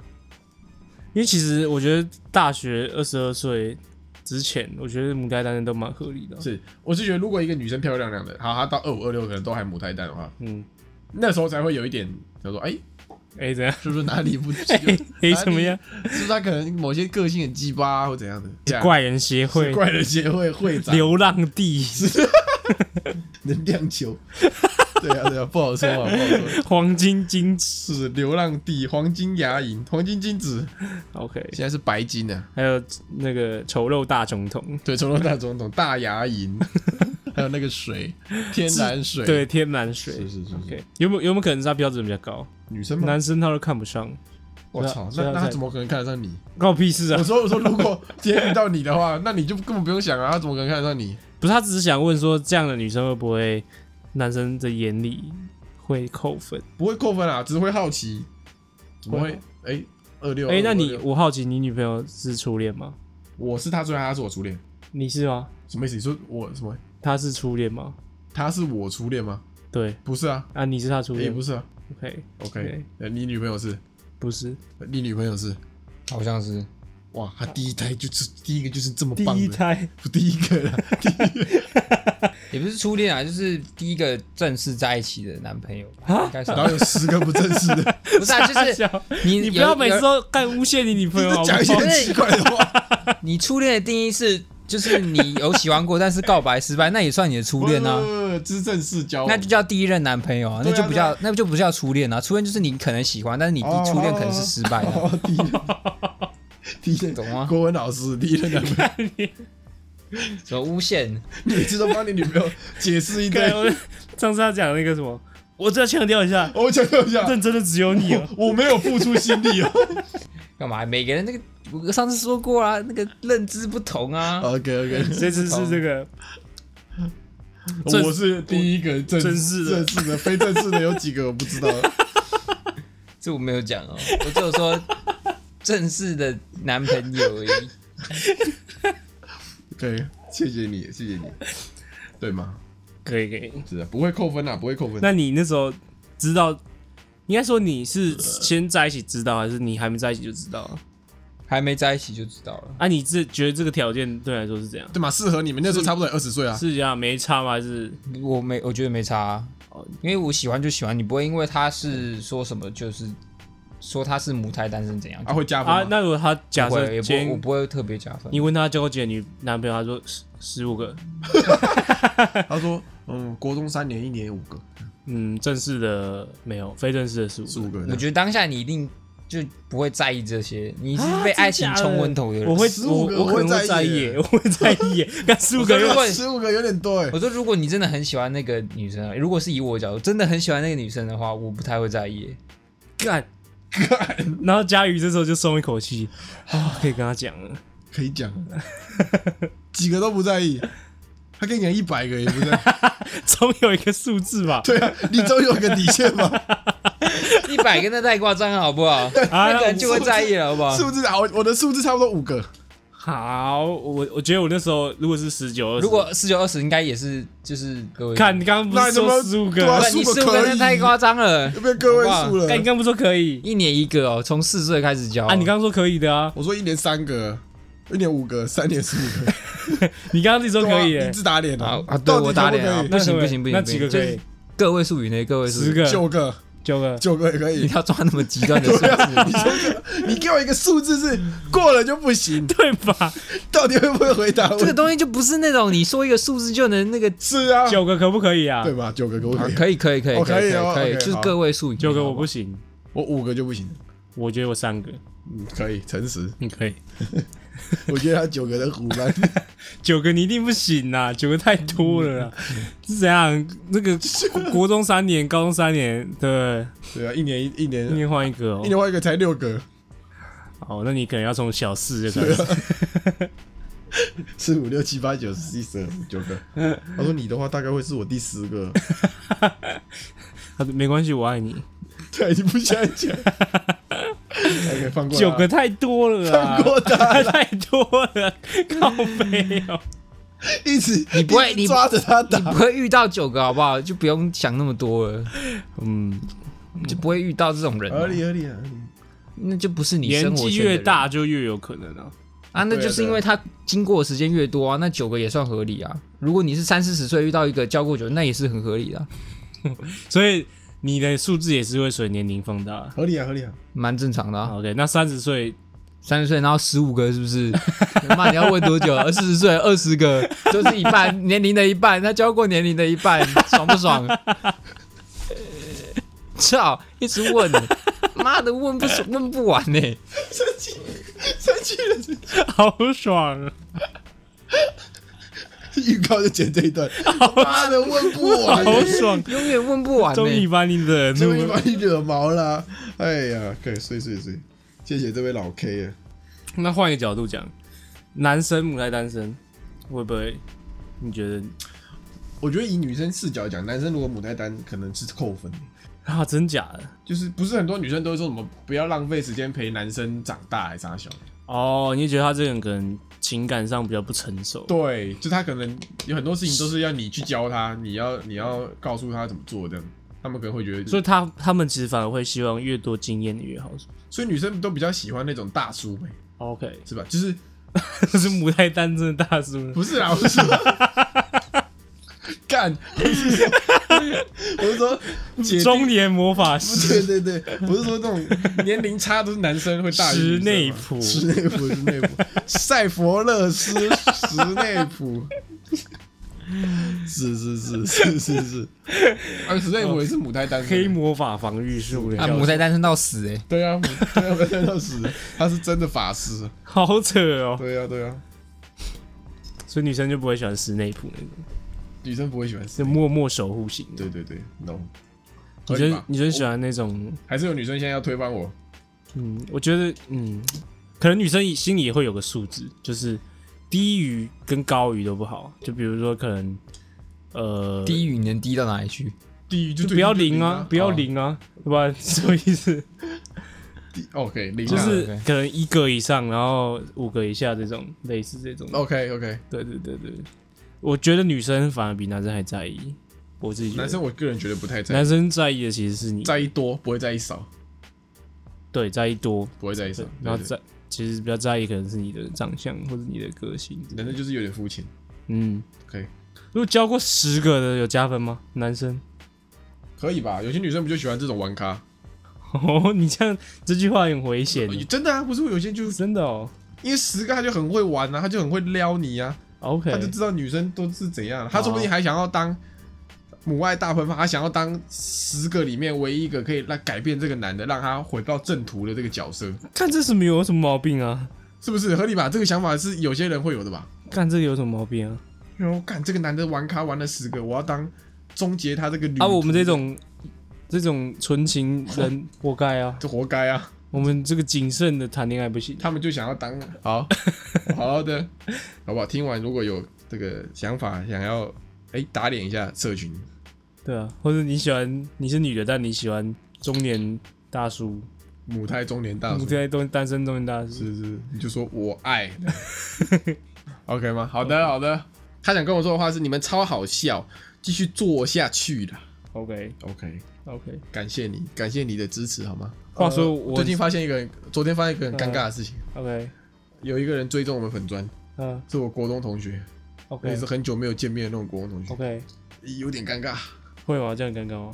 Speaker 2: 因为其实我觉得大学二十二岁之前，我觉得母胎单身都蛮合理的。
Speaker 4: 是？我是觉得，如果一个女生漂漂亮亮的，好，她到二五二六可能都还母胎单的话，
Speaker 2: 嗯，
Speaker 4: 那时候才会有一点想说，哎、
Speaker 2: 哎、怎样？
Speaker 4: 是不是哪里 不
Speaker 2: 哎、哎怎么？样？
Speaker 4: 哪里是不是她可能某些个性很鸡巴、或怎样的？这样
Speaker 2: 怪人协会
Speaker 4: 是、怪人协会会长
Speaker 2: 流浪地、
Speaker 4: 能量球， 对啊对啊，不好说啊，不好说。
Speaker 2: 黄金金子
Speaker 4: 是流浪地黄金牙龈、黄金金子，
Speaker 2: ，OK，
Speaker 4: 现在是白金啊。
Speaker 2: 还有那个丑陋大总统，
Speaker 4: 对，中东大总统大牙 龈，还有那个水，天然水，
Speaker 2: 对，，天然水。
Speaker 4: 是嗯是是
Speaker 2: OK，有没有有没有可能是他标准比较高？
Speaker 4: 女生吗？
Speaker 2: 男生他都看不上，
Speaker 4: 我操，
Speaker 2: 所以
Speaker 4: 那
Speaker 2: 要
Speaker 4: 那他
Speaker 2: 在
Speaker 4: 怎么可能看得上你？
Speaker 2: 关我屁事
Speaker 4: 我
Speaker 2: 啊！
Speaker 4: 说我说，如果今天遇到你的话，那你就根本不用想啊，他怎么可能看得上你？
Speaker 2: 不是，他只是想问说，这样的女生会不会男生的眼里会扣分？
Speaker 4: 不会扣分啊，只是会好奇，怎么
Speaker 2: 会
Speaker 4: 会？哎，二六，
Speaker 2: 哎、那你
Speaker 4: 26
Speaker 2: 我好奇，你女朋友是初恋吗？
Speaker 4: 我是他初恋，他是我初恋，
Speaker 2: 你是吗？
Speaker 4: 什么意思？你说我什么？
Speaker 2: 她是初恋吗？
Speaker 4: 他是我初恋吗？
Speaker 2: 对
Speaker 4: 不是啊，
Speaker 2: 啊，你是她初
Speaker 4: 也
Speaker 2: 恋
Speaker 4: 不是啊。
Speaker 2: ？OK，
Speaker 4: OK，
Speaker 2: 对
Speaker 4: 呃你女朋友是？
Speaker 2: 不是
Speaker 4: 你女朋友是？
Speaker 3: 好像是
Speaker 4: 哇，他第一胎就是第一个就是这么棒的，
Speaker 2: 胎，
Speaker 4: 不第一个啦，第一个。
Speaker 3: 也不是初恋啊，就是第一个正式在一起的男朋友吧，应该是
Speaker 4: 然后有十个不正式 的，
Speaker 3: 不是啊，就是
Speaker 2: 小
Speaker 3: 你
Speaker 2: 你
Speaker 3: 有
Speaker 2: 不要每次
Speaker 3: 有
Speaker 2: 都干诬陷你女朋友好
Speaker 4: 都
Speaker 2: 不好
Speaker 4: 讲一些很奇怪的话。
Speaker 3: 你初恋的定义是，就是你有喜欢过，但是告白失败，那也算你的初恋啊。
Speaker 4: 不，呃这是正式交往，
Speaker 3: 那就叫第一任男朋友啊，
Speaker 4: 哦对
Speaker 3: 那
Speaker 4: 啊
Speaker 3: 就不叫，那就不叫初恋啊。初恋就是你可能喜欢，但是你第
Speaker 4: 哦
Speaker 3: 初恋可能是失败啊的，
Speaker 4: 哦第一任，
Speaker 2: 啊
Speaker 4: 第一任
Speaker 3: 懂吗？
Speaker 4: 国文老师第一任男 朋友，
Speaker 3: 什么诬陷？
Speaker 4: 你每次都帮你女朋友解释 一堆哦
Speaker 2: 对，。我上次他讲那个什么，我再强调一下，
Speaker 4: 我强调一下，
Speaker 2: 认真的只有你哦。
Speaker 4: 我没有付出心力哦。
Speaker 3: 干嘛？每个人那个，我上次说过啊，那个认知不同啊。
Speaker 4: OK OK，
Speaker 2: 这次是这个正
Speaker 4: 我是第一个正
Speaker 2: 正式的
Speaker 4: 正式的，非正式的有几个我不知道。
Speaker 3: 这我没有讲哦，我只有说正式的男朋友 而已。
Speaker 4: 对，谢谢你，谢谢 你，对吗？
Speaker 2: 可以可以。
Speaker 4: 是啊，不会扣分啊，不会扣分。
Speaker 2: 那你那时候知道，应该说你是先在一起知道，还是你还没在一起就知道啊？
Speaker 3: 还没在一起就知道了，
Speaker 2: 啊，你这觉得这个条件对你来说是怎样？
Speaker 4: 对嘛，适合你们那时候差不多二十岁啊。
Speaker 2: 是这样没差吗？还是
Speaker 3: 我没，我觉得没差、啊，因为我喜欢就喜欢，你不会因为他是说什么就是说他是母胎单身怎样，
Speaker 4: 啊，会加分吗
Speaker 2: 啊？那如果他假
Speaker 3: 不
Speaker 2: 设
Speaker 3: 会，也
Speaker 2: 今
Speaker 3: 不我
Speaker 2: 天
Speaker 3: 不会特别加分。
Speaker 2: 你问他交过几个女男朋友，他说十十五个，
Speaker 4: 他说，嗯，国中三年，一年五个，
Speaker 2: 嗯，正式的没有，非正式的十五
Speaker 4: 四五
Speaker 2: 个。
Speaker 4: 个。
Speaker 3: 我觉得当下你一定就不会在意这些。你是被爱情冲昏头的人。
Speaker 2: 我会
Speaker 4: 15
Speaker 2: 我
Speaker 4: 个
Speaker 2: 我可
Speaker 4: 我会
Speaker 2: 能会
Speaker 4: 在
Speaker 2: 在
Speaker 4: 意
Speaker 2: 意
Speaker 4: 耶
Speaker 2: 耶，我会在意耶， 干十五个
Speaker 3: 如
Speaker 2: 月
Speaker 3: 果
Speaker 4: 啊十五个有点多哎，
Speaker 3: 我说，如果你真的很喜欢那个女生啊，如果是以我的角度，真的很喜欢那个女生的话，我不太会在 意。
Speaker 2: 干干， 然后佳宇这时候就松一口气，啊，可以跟他讲了，
Speaker 4: 可以 讲，几个都不在意，他跟你讲一百个也不 在意，
Speaker 2: 总有一个数字吧，
Speaker 4: 对啊，你总有个底线嘛，
Speaker 3: 一百个那太夸张了，好不好？
Speaker 2: 啊
Speaker 3: 那个人就会在意了，好不好？
Speaker 4: 数字啊，我我的数字差不多五个，
Speaker 2: 好，我我觉得我那时候如果是十九，
Speaker 3: 如果十九二十，应该也是就是各位。
Speaker 2: 看你刚刚不
Speaker 4: 那
Speaker 2: 是
Speaker 4: 你能不
Speaker 2: 说
Speaker 4: 能
Speaker 2: 十五
Speaker 4: 对啊
Speaker 2: 个
Speaker 3: 不，然你十五个那太夸张了
Speaker 4: 就，变个位数了
Speaker 2: 干你刚。刚不说可以
Speaker 3: 一年一个哦，从四岁开始教
Speaker 2: 啊？你刚刚说可以的啊，
Speaker 4: 我说一年三个，一年五个，三年十五个，
Speaker 2: 你刚刚自己说可以
Speaker 4: 对啊
Speaker 2: 耶
Speaker 4: 你，自打脸
Speaker 3: 啊
Speaker 4: 啊！
Speaker 3: 啊，对
Speaker 4: 到底
Speaker 3: 我
Speaker 4: 可
Speaker 3: 打
Speaker 4: 不
Speaker 3: 脸啊，
Speaker 4: 可以
Speaker 3: 不行
Speaker 2: 那可
Speaker 3: 不行不行，
Speaker 2: 那
Speaker 3: 不
Speaker 2: 几
Speaker 3: 行
Speaker 2: 个可以，
Speaker 3: 个位数以内，个位数
Speaker 2: 十个
Speaker 4: 九个，
Speaker 2: 九个，
Speaker 4: 九个也可
Speaker 3: 你
Speaker 4: 以。
Speaker 3: 要抓那么极端 的数字，
Speaker 4: 你给我一个数字是过了就不行，
Speaker 2: 对吧？
Speaker 4: 到底会不会回答我？
Speaker 3: 这个东西就不是那种你说一个数字就能那个。
Speaker 4: 是啊，
Speaker 2: 九个可不可以啊？
Speaker 4: 对吧？九个可不可以？
Speaker 3: 可以可以可以
Speaker 4: 哦
Speaker 3: 可
Speaker 4: 可以哦
Speaker 3: 可以，
Speaker 4: OK，
Speaker 3: 就是
Speaker 4: 好
Speaker 3: 个位数以内。
Speaker 2: 九个我
Speaker 3: 好好
Speaker 2: 不行，
Speaker 4: 我五个就不行。
Speaker 2: 我觉得我三个，
Speaker 4: 嗯，可以，诚实。
Speaker 2: 你可以，
Speaker 4: 我觉得他九个的胡 乱，
Speaker 2: 九个你一定不行啦，九个太多了啦，是怎样？那个国国中三年，高中三年，对不
Speaker 4: 对啊，一年一一
Speaker 2: 对，一
Speaker 4: 年
Speaker 2: 年换一个哦
Speaker 4: 一。年换一个才六个，
Speaker 2: 哦，那你可能要从小四就开始，
Speaker 4: 四五六七八九十一十二十九个。他说你的话大概会是我第十个，
Speaker 2: 他说没关系，我爱你。
Speaker 4: 对，你不想讲。OK，放过他
Speaker 2: 九个太多了啦，
Speaker 4: 放过他
Speaker 2: 太多了，靠背哦。
Speaker 4: 一直
Speaker 3: 你不会
Speaker 4: 一直
Speaker 3: 你
Speaker 4: 抓着他打
Speaker 3: 你，不会遇到九个好不好？就不用想那么多了，
Speaker 2: 嗯，
Speaker 3: 就不会遇到这种人
Speaker 4: 合
Speaker 3: 啊、
Speaker 4: 理合理啊合理。
Speaker 3: 那就不是你
Speaker 2: 年
Speaker 3: 生活
Speaker 2: 纪
Speaker 3: 圈的
Speaker 2: 越
Speaker 3: 人
Speaker 2: 大就越有可能啊。
Speaker 3: 啊，那就是因为他经过的时间越多啊，那九个也算合理啊。如果你是三四十岁遇到一个交过九，那也是很合理的啊、
Speaker 2: 所以你的数字也是会随年龄放大的。
Speaker 4: 合理啊，合理啊！
Speaker 3: 蛮正常的、啊。
Speaker 2: OK，那三十岁
Speaker 3: 三十岁然后十五个是不是？ 妈，你要问多久啊？四十岁二十个，都是一半年龄的一半，他交过年龄的一半，爽不爽？ 操，一直问，妈的问不问不完呢、
Speaker 4: 生气了，
Speaker 2: 好爽啊！
Speaker 4: 预告就剪这一 段，妈的问 不完，
Speaker 2: 好爽，
Speaker 3: 永远问不完呢、
Speaker 2: 终于把你惹
Speaker 4: 终于
Speaker 2: 怒
Speaker 4: 把
Speaker 2: 了。
Speaker 4: 你惹毛了啊。哎呀，可以睡睡睡，谢谢这位老 K 啊。
Speaker 2: 那换一个角度讲，男生母胎单身会不会？你觉得
Speaker 4: 我觉得以女生视角讲，男生如果母胎单，可能是扣分的。
Speaker 2: 啊，真假的？
Speaker 4: 就是不是很多女生都会说什么不要浪费时间陪男生长大还是啥小？
Speaker 2: 哦，你就觉得他这个人可能情感上比较不成熟，
Speaker 4: 对，就他可能有很多事情都是要你去教他，你要你要告诉他怎么做的，他们可能会觉得，
Speaker 2: 所
Speaker 4: 所
Speaker 2: 以
Speaker 4: 以
Speaker 2: 他他们其实反而会希望越多经验越好。是不是
Speaker 4: 所以女生都比较喜欢那种大叔呗，
Speaker 2: OK，
Speaker 4: 是吧？就是
Speaker 2: 这是母胎单身的大叔了。
Speaker 4: 不是啊，我是说， 干，我是说，我是说姐弟，
Speaker 2: 中年魔法
Speaker 4: 不
Speaker 2: 师
Speaker 4: 对对对，不是说那种年龄差都是男生会大于
Speaker 2: 石
Speaker 4: 女生
Speaker 2: 内
Speaker 4: 嘛
Speaker 2: 普
Speaker 4: 石内普，石内普，塞佛勒斯，石内普。是是是是是是，而石内普也是母胎单身的，
Speaker 2: 哦黑魔法防御术的
Speaker 3: 啊，
Speaker 2: 教
Speaker 3: 母
Speaker 2: 授，
Speaker 3: 胎单身到死哎、
Speaker 4: 对啊，我对啊，我真的是，他是真的法师。
Speaker 2: 好扯哦。
Speaker 4: 对啊，对啊，
Speaker 2: 所以女生就不会喜欢室内普那种，
Speaker 4: 女生不会喜欢
Speaker 2: 是
Speaker 4: 师。
Speaker 2: 默默守护型的。
Speaker 4: 对对对，no。合
Speaker 2: 女
Speaker 4: 理
Speaker 2: 生
Speaker 4: 吧
Speaker 2: 女生喜欢那种，
Speaker 4: 还是有女生现在要推翻我？
Speaker 2: 嗯，我觉得嗯，可能女生心里也会有个数字，就是低于跟高于都不好。就比如说可能呃，
Speaker 3: 低于你能低到哪里去？
Speaker 4: 低于就
Speaker 2: 就
Speaker 4: 最
Speaker 2: 不要
Speaker 4: 低就哦
Speaker 2: 零啊，不要零啊，对吧？ 什么意思？
Speaker 4: 低，OK，零啊。
Speaker 2: 就是
Speaker 3: ，OK
Speaker 2: 可能一个以上，然后五个以下这种，类似这种。
Speaker 4: OK OK。
Speaker 2: 对对对对，我觉得女生反而比男生还在意。我自己觉得
Speaker 4: 男生我个人觉得不太在意，
Speaker 2: 男生在意的其实是你
Speaker 4: 在意多不会在意少，
Speaker 2: 对在意多，
Speaker 4: 不会在意少
Speaker 2: 对。然后
Speaker 4: 对对
Speaker 2: 在其实比较在意可能是你的长相或者你的个性。
Speaker 4: 男生就是有点肤浅。
Speaker 2: 嗯，
Speaker 4: OK，
Speaker 2: 如果交过十个的有加分吗？男生？
Speaker 4: 可以吧？有些女生不就喜欢这种玩咖？
Speaker 2: 哦，你这样这句话很危险，
Speaker 4: 真的啊，不是有些就是
Speaker 2: 真的哦。
Speaker 4: 因为十个他就很会玩啊，他就很会撩你啊，
Speaker 2: OK，哦
Speaker 4: 他就知道女生都是怎样，他说不定还想要当母爱大喷发，他想要当十个里面唯一一个可以让改变这个男的，让他回到正途的这个角色，
Speaker 2: 看这是没有什么毛病啊？
Speaker 4: 是不是合理吧？这个想法是有些人会有的吧？
Speaker 2: 看这个有什么毛病啊？
Speaker 4: 然后干这个男的玩咖玩了十个，我要当终结他这个旅
Speaker 2: 啊，
Speaker 4: 途
Speaker 2: 我们这种这种纯情 人活该啊！
Speaker 4: 就活该啊！
Speaker 2: 我们这个谨慎的谈恋爱不行。
Speaker 4: 他们就想要当好我好好的，好不好？听完如果有这个想法，想要哎、打脸一下社群，
Speaker 2: 对啊，或者你喜欢你是女的，但你喜欢中年大叔，
Speaker 4: 母胎中年大
Speaker 2: 你
Speaker 4: 叔，
Speaker 2: 这些东单身中年大叔，
Speaker 4: 是是，你就说我 爱，OK 吗？好的好的，他想跟我说的话是你们超好笑，继续做下去啦。
Speaker 2: OK
Speaker 4: OK，
Speaker 2: OK。
Speaker 4: 感谢你，感谢你的支持，好吗？
Speaker 2: 话说
Speaker 4: 呃
Speaker 2: 我
Speaker 4: 最近发现一个很，昨天发现一个很尴尬的事情，
Speaker 2: OK，
Speaker 4: 有一个人追踪我们粉砖，
Speaker 2: 嗯
Speaker 4: 是我国中同学，也
Speaker 2: ，OK
Speaker 4: 是很久没有见面的那种国中同学，
Speaker 2: OK，
Speaker 4: 有点尴尬，
Speaker 2: 会吗？这样尴尬吗？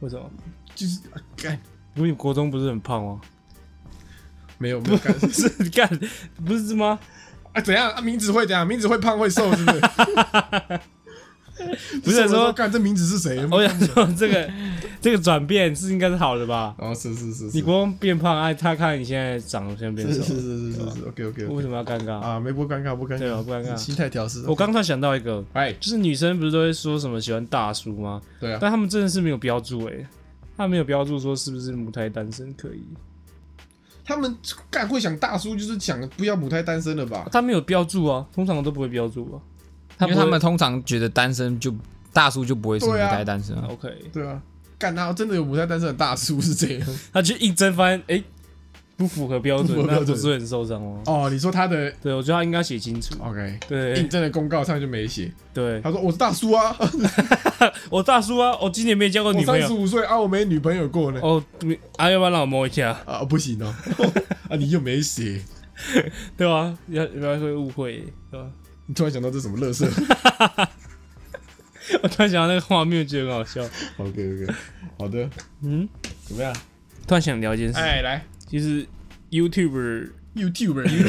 Speaker 2: 为什么？
Speaker 4: 就是啊干。
Speaker 2: 因为你国中不是很胖吗？
Speaker 4: 没有没有干
Speaker 2: 不是干，不是吗？
Speaker 4: 啊？怎样？啊、名字会怎样？名字会胖会瘦是 不是？
Speaker 2: 不是
Speaker 4: 瘦的时候
Speaker 2: 说
Speaker 4: 干这名字是谁？
Speaker 2: 我想说这个 这个转变是应该是好的吧？
Speaker 4: 哦，是是是，是
Speaker 2: 你国中变胖，哎，他看你现在长得像变
Speaker 4: 是是
Speaker 2: 瘦
Speaker 4: 是，是是是，OK OK
Speaker 2: 为什么要尴尬？
Speaker 4: 啊啊，没不尴尬不尴
Speaker 2: 对吧？
Speaker 4: 尬，
Speaker 2: 不尴尬。
Speaker 4: 心态调试。啊
Speaker 2: 我刚才想到一个，
Speaker 4: 哎，
Speaker 2: 就是女生不是都会说什么喜欢大叔吗？
Speaker 4: 对啊，
Speaker 2: 但他们真的是没有标注哎、他没有标注说是不是母胎单身可以，
Speaker 4: 他们干会想大叔，就是想不要母胎单身了吧？
Speaker 2: 他没有标注啊，通常都不会标注啊。他
Speaker 3: 因为他
Speaker 2: 不会
Speaker 3: 们通常觉得单身就大叔就不会是母
Speaker 4: 对啊
Speaker 3: 胎单身啊，
Speaker 2: OK，
Speaker 4: 对啊，干他真的有母胎单身的大叔是这样？
Speaker 2: 他去应征发现哎、不符合标准
Speaker 4: 不，符合
Speaker 2: 那
Speaker 4: 标
Speaker 2: 不
Speaker 4: 准
Speaker 2: 是很受伤吗？
Speaker 4: 哦，你说他的
Speaker 2: 对，我觉得他应该写清楚。
Speaker 4: OK
Speaker 2: 对
Speaker 4: 印证的公告上就没写，
Speaker 2: 对，
Speaker 4: 他说我是大叔啊，
Speaker 2: 我大叔啊，我今年没交过
Speaker 4: 我
Speaker 2: 女朋
Speaker 4: 三十
Speaker 2: 友。
Speaker 4: 五岁啊，我没女朋友过呢。
Speaker 2: 哦，你啊，要不要让我摸一下？
Speaker 4: 啊，不行哦，啊，你又没写，
Speaker 2: 对啊，要要不然会误会欸，对吧？
Speaker 4: 你突然想到这什么乐色
Speaker 2: 我突然想到那个画面，觉得很好笑。
Speaker 4: ？OK OK，好的，
Speaker 2: 嗯，
Speaker 4: 怎么样？
Speaker 2: 突然想聊一件事，
Speaker 4: 哎，来
Speaker 2: 就是 YouTube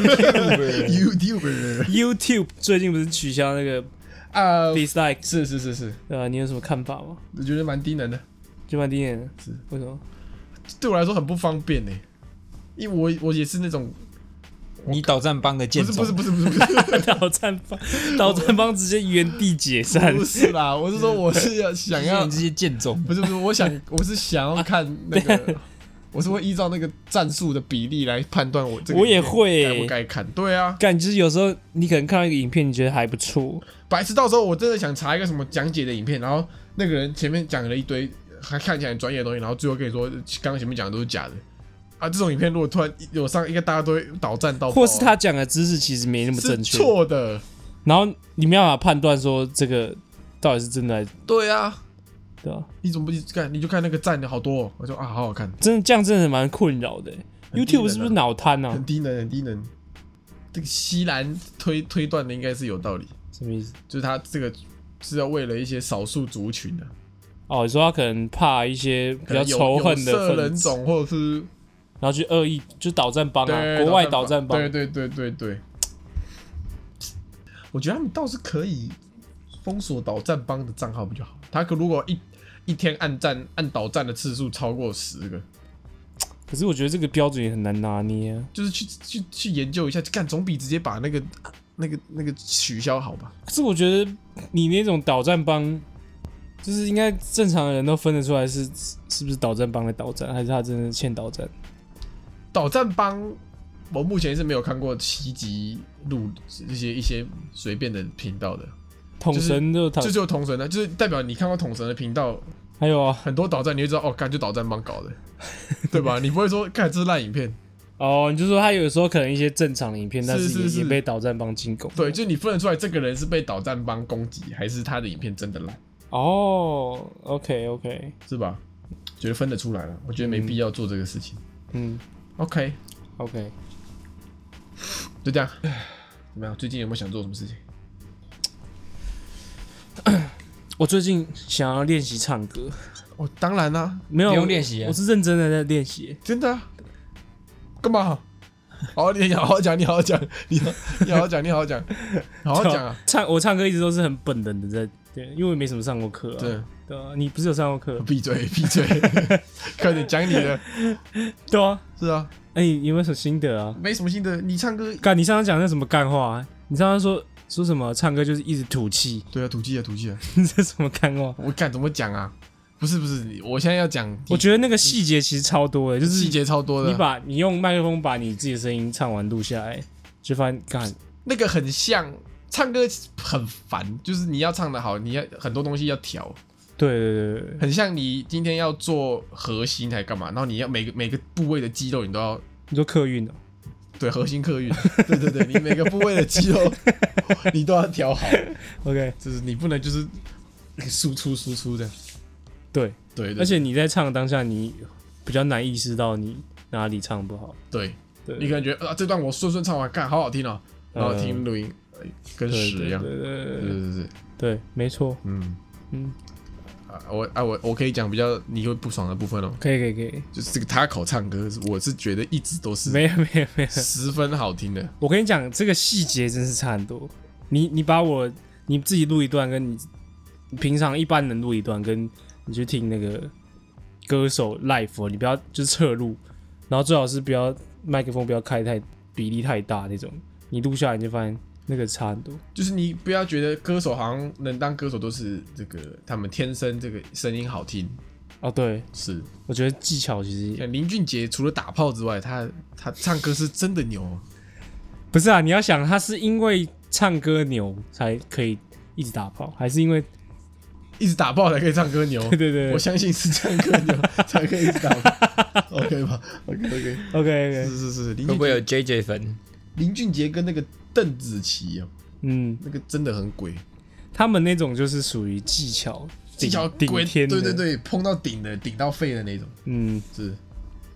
Speaker 4: ，YouTuber，YouTuber，YouTuber，
Speaker 2: YouTube 最近不是取消那个
Speaker 4: 啊，
Speaker 2: dislike，
Speaker 4: 是是是是，
Speaker 2: 哦对吧？啊你有什么看法吗？
Speaker 4: 我觉得蛮低能的。
Speaker 2: 就蛮低眼的，
Speaker 4: 是
Speaker 2: 为什么？
Speaker 4: 对我来说很不方便呢、因为我我也是那种
Speaker 3: 你导战帮的
Speaker 4: 不
Speaker 3: 剑
Speaker 4: 是不
Speaker 3: 种
Speaker 4: 是不是不是不是
Speaker 2: 导战方，导战方直接原地解 散
Speaker 4: 不。是啦，我是说我是要想要
Speaker 3: 你这些剑种，
Speaker 4: 不是不是，我想我是想要看那个，我是会依照那个战术的比例来判断我这个
Speaker 2: 我也会
Speaker 4: 该不该看。对啊，
Speaker 2: 干，就是有时候你可能看到一个影片，你觉得还不错，
Speaker 4: 白痴，到时候我真的想查一个什么讲解的影片，然后那个人前面讲了一堆还看起来很专业的东西，然后最后跟你说刚刚前面讲的都是假的。啊，这种影片如果突然有上一个，大家都会倒战到爆啊，
Speaker 2: 或是他讲的知识其实没那么
Speaker 4: 是
Speaker 2: 正确，
Speaker 4: 错的，
Speaker 2: 然后你没办法判断说这个到底是真的还是
Speaker 4: 对啊，
Speaker 2: 对吧？
Speaker 4: 你怎么不去看？你就看那个赞的好多、哦，我说啊，好好看，
Speaker 2: 真的这样真的蛮困扰的欸。
Speaker 4: 很低能
Speaker 2: YouTube
Speaker 4: 啊
Speaker 2: 是不是脑瘫 啊
Speaker 4: 很？低能，很低能。这个西兰推推断的应该是有道理，
Speaker 2: 什么意思？
Speaker 4: 就是他这个是要为了一些少数族群的、啊，
Speaker 2: 哦，你说他可能怕一些比
Speaker 4: 可
Speaker 2: 较
Speaker 4: 能有
Speaker 2: 仇恨
Speaker 4: 有
Speaker 2: 的
Speaker 4: 色
Speaker 2: 分
Speaker 4: 人
Speaker 2: 子，
Speaker 4: 种或者是
Speaker 2: 然后去恶意就导战帮啊，
Speaker 4: 对
Speaker 2: 国外导战帮。
Speaker 4: 对对对对对。我觉得他们倒是可以封锁导战帮的账号比较好。他可如果一一天按赞按导战的次数超过十个，
Speaker 2: 可是我觉得这个标准也很难拿捏啊。
Speaker 4: 就是去去去研究一下，干总比直接把那个那个那个取消好吧？
Speaker 2: 可是我觉得你那种导战帮，就是应该正常的人都分得出来是是不是导战帮的导战，还是他真的欠导战？
Speaker 4: 导战帮，我目前是没有看过七集录这些一些随便的频道的，
Speaker 2: 统神就他、
Speaker 4: 就只有同神的，就是代表你看过同神的频道，
Speaker 2: 还有啊，
Speaker 4: 很多导战你会知道，哦，干就导战帮搞的， 对吧？你不会说看这是烂影片，
Speaker 2: 哦，你就说他有时候可能一些正常的影片，但是也
Speaker 4: 是是
Speaker 2: 也被导战帮进攻。
Speaker 4: 对，就是你分得出来这个人是被导战帮攻击，还是他的影片真的烂，
Speaker 2: 哦，OK OK，
Speaker 4: 是吧？觉得分得出来了，我觉得没必要做这个事情。
Speaker 2: 嗯
Speaker 4: OK，
Speaker 2: ，OK，
Speaker 4: 就这样。 唉怎么样？最近有没有想做什么事情？
Speaker 2: 我最近想要练习唱歌，
Speaker 4: 哦，当然啦、
Speaker 2: 没有
Speaker 3: 不用练习啊
Speaker 2: 我是认真的在练习。
Speaker 4: 真的、啊？干嘛？好好，你好好讲，你好好 讲，你好，你好好讲，你好好讲，好好讲啊！
Speaker 2: 唱我唱歌一直都是很本能的在对，因为我没什么上过课、啊。
Speaker 4: 对，
Speaker 2: 对啊，你不是有上过课？
Speaker 4: 闭嘴闭 嘴，快点讲你的。
Speaker 2: 对啊，
Speaker 4: 是啊，
Speaker 2: 哎、你有没有什么心得啊？
Speaker 4: 没什么心得。你唱歌，
Speaker 2: 干，你上次讲那什么干话、啊？你上次说说什么唱歌就是一直吐气，
Speaker 4: 对啊，吐气啊吐气啊，
Speaker 2: 这是什么干话？
Speaker 4: 我敢怎么讲啊？不是不是，你我现在要讲，
Speaker 2: 我觉得那个细节其实超多的，就
Speaker 4: 细
Speaker 2: 是
Speaker 4: 节超多
Speaker 2: 你
Speaker 4: 的，
Speaker 2: 把你用麦克风把你自己的声音唱完录下来，就发现干，
Speaker 4: 那个很像唱歌很烦，就是你要唱的好，你要很多东西要调。
Speaker 2: 对对对对对，
Speaker 4: 很像你今天要做核心还干嘛，然后你要每个每个部位的肌肉你都要
Speaker 2: 你说客运哦、
Speaker 4: 对核心客运，对对对，你每个部位的肌 肉你都要调好，
Speaker 2: o k
Speaker 4: 就是你不能就是输出输出这样，
Speaker 2: 对，
Speaker 4: 对对
Speaker 2: 而且你在唱的当下，你比较难意识到你哪里唱不好，
Speaker 4: 对，
Speaker 2: 对，
Speaker 4: 你可能觉得啊这段我顺顺唱完，看好好听哦，然后听录音、哎跟
Speaker 2: 呃对
Speaker 4: 屎一样，
Speaker 2: 对对对
Speaker 4: 对
Speaker 2: 对
Speaker 4: 对对，对
Speaker 2: 对，没错，
Speaker 4: 嗯
Speaker 2: 嗯，
Speaker 4: 啊我啊我我可以讲比较你会不爽的部分哦，
Speaker 2: 可以可以可以，
Speaker 4: 就是这个他口唱歌，我是觉得一直都是
Speaker 2: 没有没有没有，
Speaker 4: 十分好听的，
Speaker 2: 我跟你讲，这个细节真是差很多。你你把我你自己录一段，跟你你平常一般人录一段，跟你去听那个歌手 l i f e 你不要就是侧录，然后最好是不要麦克风不要开太比例太大那种，你录下来你就发现那个差很多。
Speaker 4: 就是你不要觉得歌手好像能当歌手都是这个他们天生这个声音好听，
Speaker 2: 哦，对，
Speaker 4: 是
Speaker 2: 我觉得技巧其实也
Speaker 4: 像林俊杰除了打炮之外，他他唱歌是真的牛，哦
Speaker 2: 不是啊，你要想他是因为唱歌牛才可以一直打炮，还是因为
Speaker 4: 一直打炮才可以唱歌牛哦
Speaker 2: 。对对对
Speaker 4: 我相信是唱歌 牛才可以一直打炮，OK 吧？OK OK，
Speaker 2: ，OK OK，
Speaker 4: 是是是，林俊
Speaker 3: 会不会有
Speaker 4: 杰
Speaker 3: JJ 粉？
Speaker 4: 林俊杰跟那个邓紫棋哦，
Speaker 2: 嗯，
Speaker 4: 那个真的很鬼，
Speaker 2: 他们那种就是属于技巧
Speaker 4: 技巧
Speaker 2: 顶
Speaker 4: 鬼，
Speaker 2: 天
Speaker 4: 对
Speaker 2: 的
Speaker 4: 对对，碰到顶的，顶到肺的那种，
Speaker 2: 嗯，
Speaker 4: 是。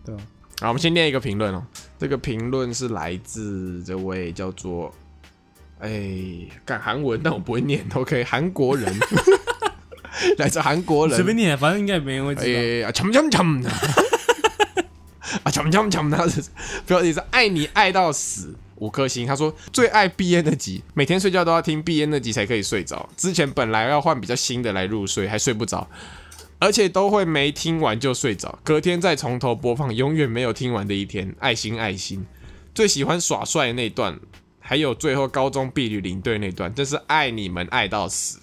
Speaker 2: 对啊，
Speaker 5: 好，我们先念一个评论哦。这个评论是来自这位叫做，哎、干韩文，但我不会念。OK，韩国人， 来自韩国人，
Speaker 2: 随便念，反正应该没人会知道。
Speaker 5: 哎啊，强强强的， 啊强强 强的，标题是爱你爱到死。五颗星，他说最爱 B N 那集，每天睡觉都要听 B N 那集才可以睡着。之前本来要换比较新的来入睡，还睡不着，而且都会没听完就睡着，隔天再从头播放，永远没有听完的一天。爱心爱心，最喜欢耍帅那段，还有最后高中婢女领队那段，真是爱你们爱到死。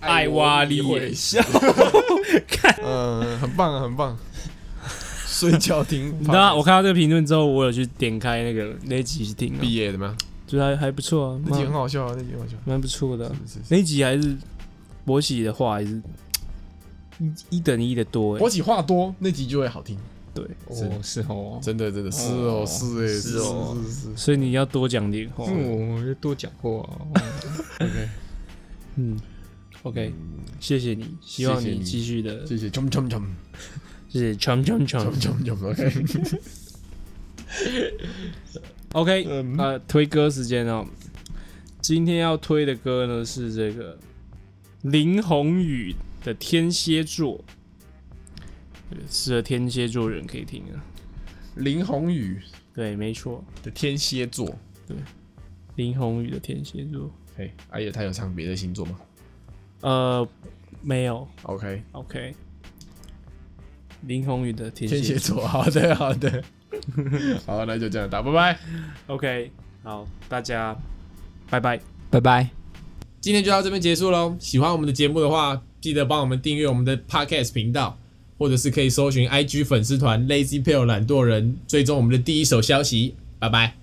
Speaker 2: 爱蛙里
Speaker 4: 也
Speaker 2: 也笑，
Speaker 4: 嗯，很棒啊，很棒。 睡觉听
Speaker 2: 你知道我看到这个评论之后，我有去点开那个那一集去听啊，
Speaker 4: 毕业怎么样？
Speaker 2: 觉得还还不错啊，
Speaker 4: 嗯那集很
Speaker 2: 蛮
Speaker 4: 好笑啊，那集很好笑。
Speaker 2: 蛮不错的啊。
Speaker 4: 是是
Speaker 2: 那一集还是博喜的话还是一一等一的多欸
Speaker 4: 我起话多，那集就会好听。
Speaker 2: 对，
Speaker 4: 哦
Speaker 3: 是哦，
Speaker 4: 真的，真的是哦，是哎，
Speaker 3: 是哦
Speaker 4: 是是是。
Speaker 2: 所以你要多讲点话。
Speaker 4: 嗯
Speaker 3: 我就多讲过啊。
Speaker 4: OK，
Speaker 2: 嗯，OK，谢谢你，希
Speaker 4: 嗯
Speaker 2: 望
Speaker 4: 谢谢
Speaker 2: 你
Speaker 4: 你
Speaker 2: 继续的，
Speaker 4: 谢谢。冲冲冲
Speaker 2: 谢谢，冲冲冲
Speaker 4: 冲冲冲，OK。
Speaker 2: OK，呃，推歌时间哦。今天要推的歌呢是这个林宏宇的《天蝎座》，对适合天蝎座人可以听啊。
Speaker 4: 林宏宇
Speaker 2: 对，没错，
Speaker 4: 的天蝎座，
Speaker 2: 林宏宇的《天蝎座》。
Speaker 4: 嘿，哎呀，他有唱别的星座吗
Speaker 2: 呃，没有
Speaker 4: ？OK，
Speaker 2: ，OK。林宏宇的《天
Speaker 4: 天
Speaker 2: 蝎
Speaker 4: 蝎
Speaker 2: 座
Speaker 4: 座，好的，好 的，好，那就这样打，拜拜。》。
Speaker 2: OK，好，大家拜拜。
Speaker 3: 拜拜。
Speaker 4: 今天就到这边结束喽。喜欢我们的节目的话，记得帮我们订阅我们的 Podcast 频道，或者是可以搜寻 IG 粉丝团 Lazy p a l e 懒惰人，追踪我们的第一手消息。拜拜。